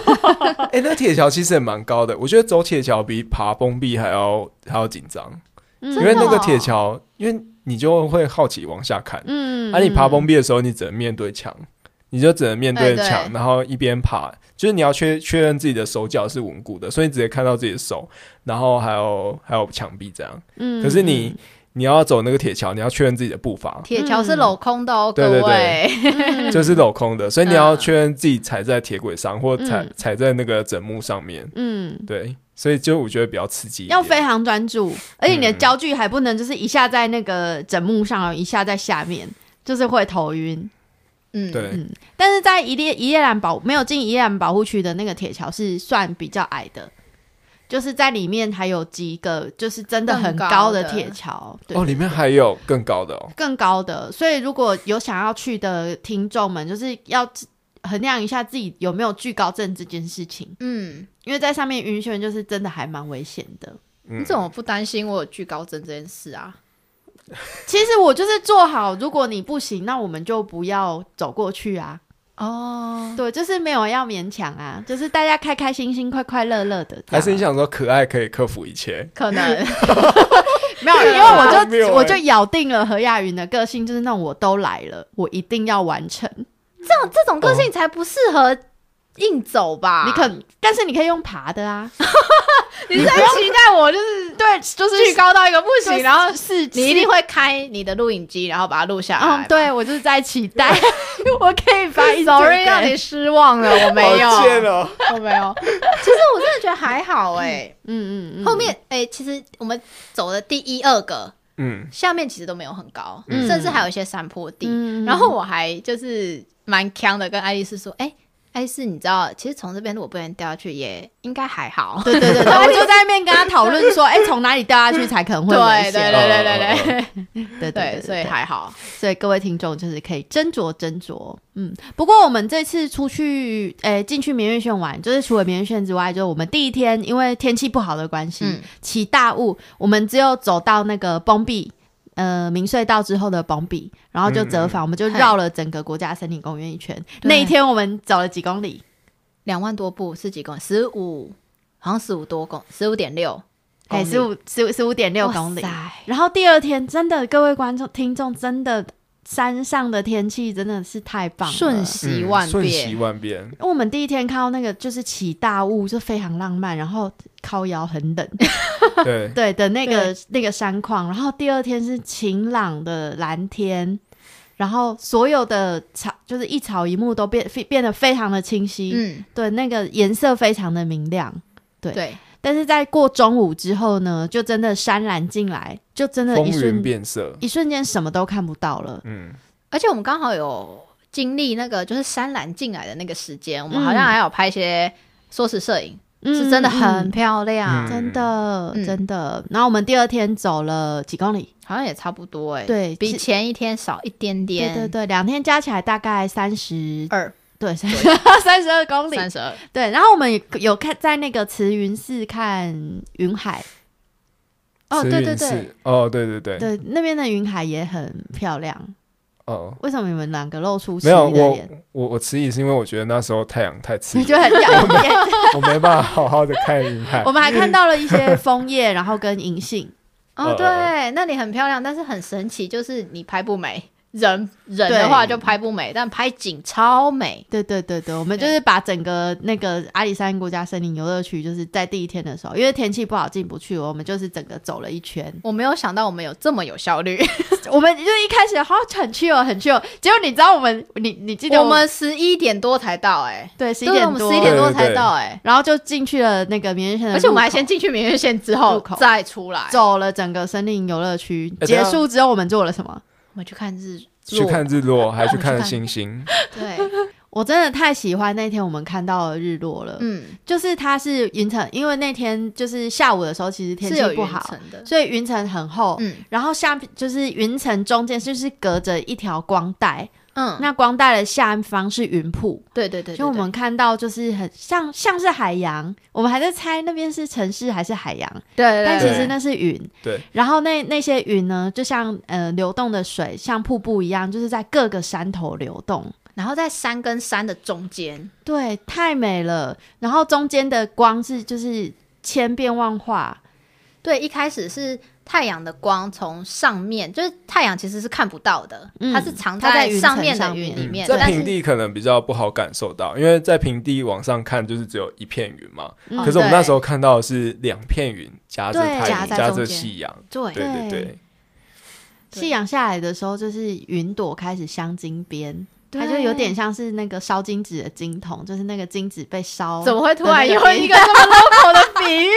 哎、那铁桥其实也蛮高的，我觉得走铁桥比爬崩壁还要还要紧张，
嗯
因为那个铁桥，因为你就会好奇往下看。
嗯
啊，你爬崩壁的时候，你只能面对墙，你就只能面对
哎对
墙，然后一边爬，就是你要确确认自己的手脚是稳固的，所以你直接看到自己的手，然后还有还有墙壁这样。
嗯
可是你、你要走那个铁桥，你要确认自己的步伐，
铁桥是镂空的哦，
对对
各位，
嗯
就是镂空的，所以你要
嗯
确认自己踩在铁轨上或踩、
嗯
踩在那个枕木上面。
嗯，
对，所以就我觉得比较刺激一点，
要非常专注，而且你的
嗯
焦距还不能就是一下在那个枕木上，一下在下面，就是会头晕。
嗯，
对。哦
嗯但是在一列一列兰保没有进一列兰保护区的那个铁桥是算比较矮的，就是在里面还有几个就是真的很高
更高
的
的
铁桥，对
哦，里面还有更高的哦，
更高的。所以如果有想要去的听众们，就是要自衡量一下自己有没有惧高症这件事情，
嗯，
因为在上面晕眩就是真的还蛮危险的。
嗯
你怎么不担心我有惧高症这件事啊？
其实我就是做好，如果你不行，那我们就不要走过去啊。
哦，
对，就是没有要勉强啊，就是大家开开心心、快快乐乐的这样。
还是你想说可爱可以克服一切？
可能
没有，因为
荒
我
谬
就
欸
我就咬定了何亚云的个性就是那种我都来了，我一定要完成。
这种这种个性才不适合硬走吧？
你可，但是你可以用爬的啊，
你是在期待我就是
对，就是
巨高到一个不行，然后
是
你一定会开你的录影机，然后把它录下来
嗯
吧。，
对我就是在期 待，我可以发音
，sorry 让你失望了，我没有，
好贱
啊
哦，
我没有。其实我真的觉得还好哎。
嗯嗯嗯，
后面哎，其实我们走的第一二个
嗯，
下面其实都没有很高，
嗯
甚至还有一些山坡地。
嗯
然后我还就是蛮强的，跟爱丽丝说：“哎、爱丽丝，你知道，其实从这边如果不小心掉下去，也应该还好。
对对对 对，我就在那边跟他讨论说，哎，从哪里掉下去才可能”会
对
危
对对
险？
对对对
对对
对，
对，
所以
对
还好。
所以各位听众就是可以斟酌斟酌，嗯。不过我们这次出去，诶、进去绵月县玩，就是除了绵月县之外，就是我们第一天因为天气不好的关系，
嗯
起大雾，我们只有走到那个崩壁。呃，明隧道之后的崩壁，然后就折
嗯
返，我们就绕了整个国家森林公园一圈。
对
那一天我们走了几公里，
两万多步是几公里？十五，好像十五多公，十五点六，
哎，十五十十五点六
哇
公里
塞。
然后第二天，真的各位观众听众，真的山上的天气真的是太棒了，
瞬息
嗯
万
瞬息
变。
万变，
因为我们第一天看到那个就是起大雾，就非常浪漫，然后靠腰很 冷，
对，
对的那个那个山况。然后第二天是晴朗的蓝天，然后所有的草就是一草一木都变非变得非常的清晰，
嗯，
对，那个颜色非常的明亮。
对，
但是在过中午之后呢，就真的山岚进来，就真的
风
一
云
瞬
变色，
一瞬间什么都看不到了。
嗯，
而且我们刚好有经历那个就是山岚进来的那个时间，我们
嗯
好像还有拍一些缩时摄影，
嗯
是真的很
嗯
漂
嗯
亮，
真的、
嗯
真的。然后我们第二天走了几公里，
好像也差不多哎、
对，
比
是
前一天少一点点，
对对对，两天加起来大概三十
二
对三 三十二公里。
三十二，
对，然后我们也有看在那个慈云寺看云海，
哦
慈
对
云
对对
寺，哦对对对，
对，那边的云海也很漂亮。
哦，
为什么你们两个露出迟
没有
疑的
我
脸？
我我迟疑是因为我觉得那时候太阳太刺
你
眼，
就很耀 眼。
我没办法好好的看云海
我，们还看到了一些枫叶，然后跟银杏。
哦，
呃
对，那里很漂亮，但是很神奇，就是你拍不美，人人
对
的话就拍不美，但拍景超美。
对对对对，我们就是把整个那个阿里山国家森林游乐区，就是在第一天的时候，因为天气不好进不去，我们就是整个走了一圈。
我没有想到我们有这么有效率，
我们就一开始好像很 chill 很 chill，结果你知道我们你你 记得
我们十一点多才到、哎，
对十一
对
点
我们
多，
十一点多才
对对对
到、哎，
然后就进去了那个绵延线的路口，
而且我们还先进去明月线之
入
后
口
再出来，
走了整个森林游乐区。
哎
结
等一下
束之后，我们做了什么？
我们去看日
去看日落，还去看
去
了
看
星星，
对，
我真的太喜欢那天我们看到的日落了，
嗯，
就是它是云层，因为那天就是下午的时候，其实天
是有
气不
云
好，
层的，
所以云层很厚。
嗯
然后下就是云层中间就是隔着一条光带，
嗯，
那光带的下方是云瀑，
对对对，
所以我们看到就是很像像是海洋，我们还在猜那边是城市还是海洋，
对对，对
但其
对
实那是云。
对，
然后那那些云呢，就像呃流动的水，像瀑布一样，就是在各个山头流动。
然后在山跟山的中间，
对，太美了。然后中间的光是就是千变万化，
对，一开始是太阳的光从上面，就是太阳其实是看不到的，
嗯
它是藏
它在云层
上面的
上
云
面
里
嗯
面，
在
但
平
是
地可能比较不好感受到，因为在平地往上看就是只有一片云嘛。
嗯
可是我们那
对
时候看到的是两片云夹着
对
太
夹
阳，
在
夹
中
着
间
夕阳。
对
对对
对
对，
对
夕阳下来的时候，就是云朵开始镶金边。它就
对
有点像是那个烧金纸的金筒，就是那个金纸被烧，
怎么会突然有一
个
个这么 local 的 比喻？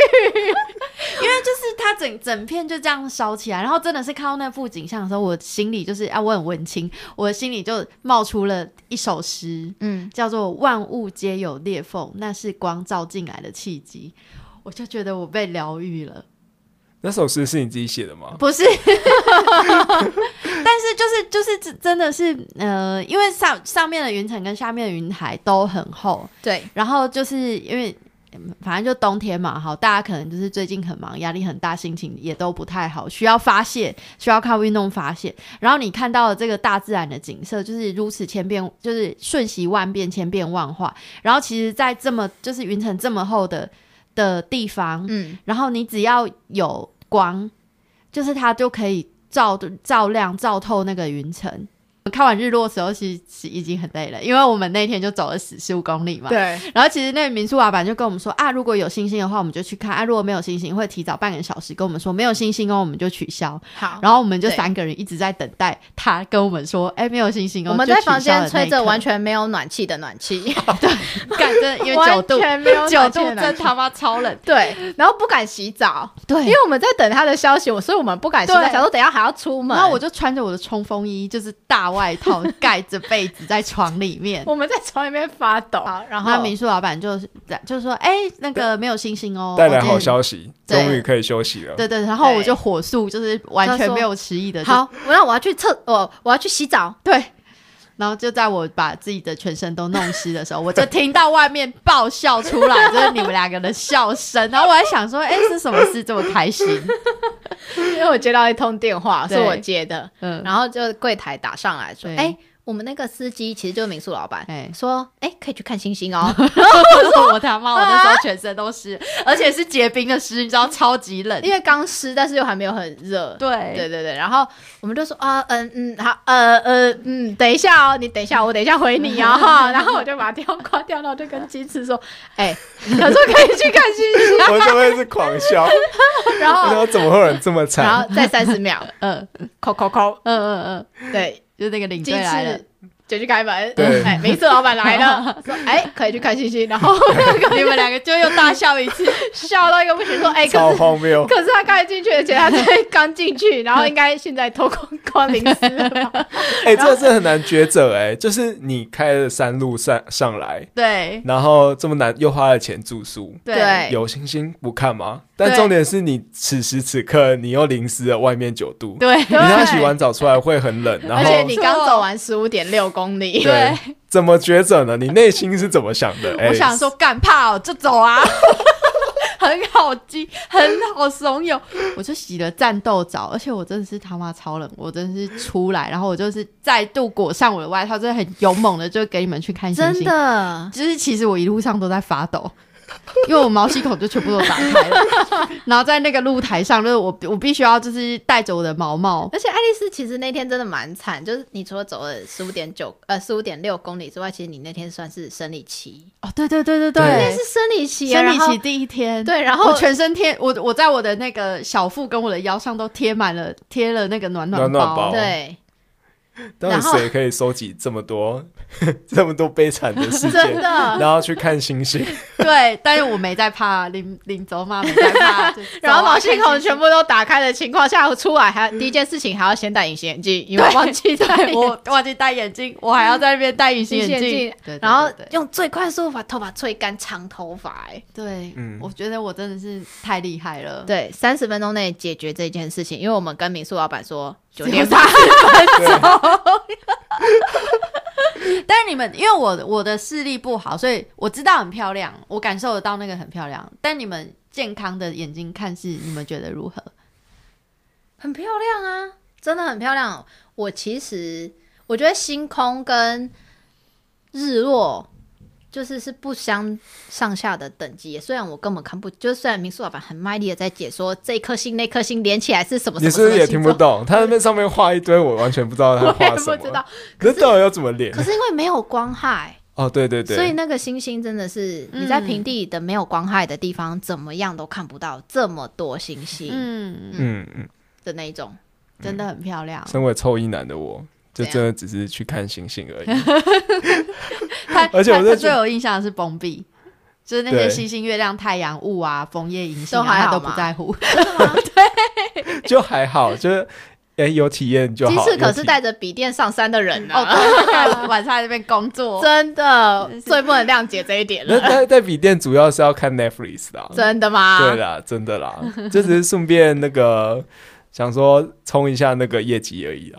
就是它整整片就这样烧起来，然后真的是看到那副景象的时候，我心里就是啊，我很文青，我的心里就冒出了一首诗，
嗯，
叫做“万物皆有裂缝，那是光照进来的契机”。我就觉得我被疗愈了。
那首诗是你自己写的
哦
吗？
不是， 但是就是就是真真的是呃，因为上上面的云层跟下面的云台都很厚，
对，
然后就是因为嗯反正就冬天嘛，好，大家可能就是最近很忙，压力很大，心情也都不太好，需要发泄，需要靠运动发泄。然后你看到这个大自然的景色，就是如此千变，就是瞬息万变，千变万化。然后其实，在这么就是云层这么厚的的地方，
嗯，
然后你只要有光，就是它就可以照照亮、照透那个云层。看完日落的时候，其实已经很累了，因为我们那天就走了十十五公里嘛。
对，
然后其实那个民宿老板就跟我们说啊，如果有星星的话，我们就去看；啊，如果没有星星，会提早半个小时跟我们说没有星星哦，我们就取消。
好。
然后我们就
对
三个人一直在等待他跟我们说，哎，没有星星哦。
我们
就
在
取消
房
的那
间
一
吹着
刻
完全没有暖气的 暖气，
干，真的因为九
完
度，
全没有
九
暖气
度
的暖
真
气
他妈超冷。
对，然后不敢洗澡，
对
因为我们在等他的消息，我所以我们不敢洗澡，
对
想说等一下还要出门。
然后我就穿着我的冲锋衣，就是大外套，盖着被子在床里面。
我们在床里面发抖，
好， 然
然后
后
民宿老板就是就是说，哎、那个没有星星哦，
带来好
息。
消息，
对
终于可以休息了。
对对，然后我
对
就火速，就是完
他
全
说
没有迟疑的，
好，那我要去厕，我我要去 洗澡，
对。然后就在我把自己的全身都弄湿的时候，我就听到外面爆笑出来，就是你们两个的笑声。然后我还想说，哎、是什么事这么开心？
因为我接到一通电话，是
对
我接的，
嗯，
然后就柜台打上来说
对：“
哎、我们那个司机其实就是民宿老板，
哎
说哎、可以去看星星哦。
我他妈，我那时候全身都湿，而且是结冰的湿，你知道，超级冷。
因为刚湿，但是又还没有很热。
对
对对对，然后我们就说啊，嗯嗯，好，呃呃，嗯，等一下哦，你等一下，我等一下回你哦，哈。 然后我就把电话挂掉，然后就跟鸡翅说，哎、他说可以去看星星，
我就会是狂笑，
然
然
后
后怎么会有人这么
然
惨？
后再三十秒，
嗯嗯
扣扣扣，
嗯嗯，
对，
就是那个领
鸡
队来了
翅，就去开门，
对
哎，民宿老板来了，说哎、可以去看星星，然后那个
你们两个就又大笑一次。
笑到一个不行，说哎、
超
可是。
荒谬！
可是他刚才进去，而且他才刚进去，然后应该现在脱光光淋湿了吧？
哎、这是很难抉择哎、就是你开了山路上上来，
对
然后这么难又花了钱住宿，
对
有星星不看吗？但
对
重点是你此时此刻你又淋湿了外面九度，
对
你要洗完澡出来会很冷，然
而
后
且你刚走完十五点六公里，
对怎么抉择呢？你内心是怎么想的？哎、
我想说干怕哦，就走啊， 很好激，很好怂恿。我就洗了战斗澡，而且我真的是他妈超冷，我真的是出来，然后我就是再度裹上我的外套，真的很勇猛的就给你们去看星星。
的，
就是其实我一路上都在发抖。因为我毛细孔就全部都打开了， 然后在那个露台上，就是我我必须要就是戴着我的毛毛，
而且爱丽丝其实那天真的蛮惨，就是你除了走了十五点九呃十五点六公里之外，其实你那天算是生理期，
哦，对对对对
对
对，
那是生理期啊，
生理
然后
期第一天，
对，然
我
后
全身贴我我在我的那个小腹跟我的腰上都贴满了贴了那个暖包，
暖暖包
对
到底
然后
谁可以收集这么多 这么多悲惨的事
真
件，
的。
然后去看星星？
对，但是我没在怕，领领走嘛没在怕， 就
然后毛细
走啊
孔全部都打开的情况下出来，还第一件事情还要先戴隐形眼镜，因为我忘记 戴
看星星。 我忘记戴眼镜，我还要在那边戴隐形
隐
眼
形眼
镜
镜，
对对
然后
对对
用最快速度把头发吹干，长头发、哎，
对，
嗯
我觉得我真的是太厉害了，
对，三十分钟内解决这件事情，因为我们跟民宿老板说九点半，
但是你们因为我我的视力不好，所以我知道很漂亮，我感受得到那个很漂亮，但你们健康的眼睛看是你们觉得如何？
很漂亮啊，真的很漂亮。哦我其实我觉得星空跟日落就是是不相上下的等级，虽然我根本看不，就是虽然民宿老板很卖力的在解说这一颗星那颗星连起来是什么什
你
么
是不是
什么
也
星
听不，
座
懂？他那边上面画一堆，我完全不知道他
我也
画
不
什
知道
么。，那到底要怎么连
可？是因为没有光害，
哦，对对
所以
对，
那个星星真的是你在平地的没有光害的地方，怎么样都看不到这么多星星
嗯，
嗯嗯，
的那一种。
真的很漂亮。
身为臭衣男的我，就
怎样
真的只是去看星星而已。
他
而且我
他
就
他
觉
最有印象的是崩壁，就是那些
对
星星、月亮、太阳、雾啊、枫叶、银杏啊，
都还
他
好
都
嘛
不在乎。
就还好，就是。哎、有体验就
鸡
好。
翅可
有
是
体
带着笔电上山的人呢、啊
哦，对他在晚上在那边工 作，
真的
真是
最不能谅解这一点
那
了。
带带笔电主要是要看 Netflix 的啊、
真的吗？
对啦，真的啦， 就只是顺便那个想说冲一下那个业绩而 已啊。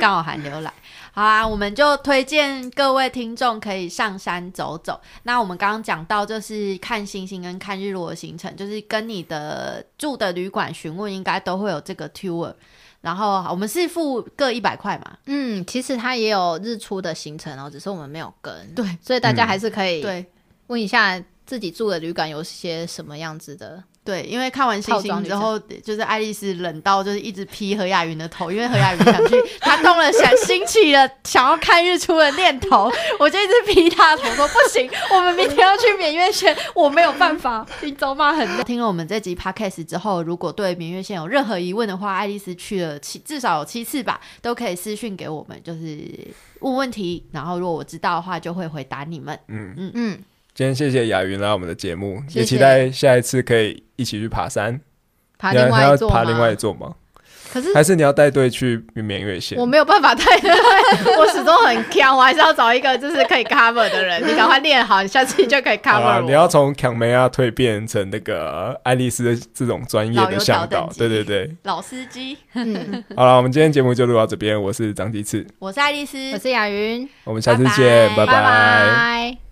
刚好寒流来。好啊，我们就推荐各位听众可以上山走走。那我们刚刚讲到，就是看星星跟看日落的行程，就是跟你的住的旅馆询问，应该都会有这个 tour。然后我们是付各一百块嘛，
嗯，其实它也有日出的行程哦，只是我们没有跟。
对，
所以大家
嗯
还是可以
对
问一下自己住的旅馆有些什么样子的。
对，因为看完星
套装
星
旅
之后，就是爱丽丝冷到就是一直劈何雅云的头，因为何雅云想 去，她动了想兴起了想要看日出的念头，我就一直劈她的头说不行，我们明天要去绵月轩，我没有办法，你走马很累。听了我们这集 podcast 之后，如果对绵月轩有任何疑问的话，爱丽丝去了七至少有七次吧，都可以私讯给我们，就是问问题，然后如果我知道的话，就会回答你们。
嗯，
嗯，
今天谢谢雅云来我们的节目，
谢谢
也期待下一次可以一起去爬山。
爬
你要
另
还
外
要
一座
爬另
吗
外一座吗？
可是
还是你要带队去绵月线
我？没有办法带， 我始终很挑，我还是要找一个就是可以 cover 的人。你赶快练好，你下次你就可以
好啦
cover 我。
你要从卡梅亚蜕变成那个呃爱丽丝的这种专业
老
的
油条
向导
等。级
对对对，
老司机，
嗯，
好了，我们今天节目就录到这边，我是张鸡翅，
我是爱丽丝
我，是雅云，
我们下次
拜拜
见，
拜
拜
拜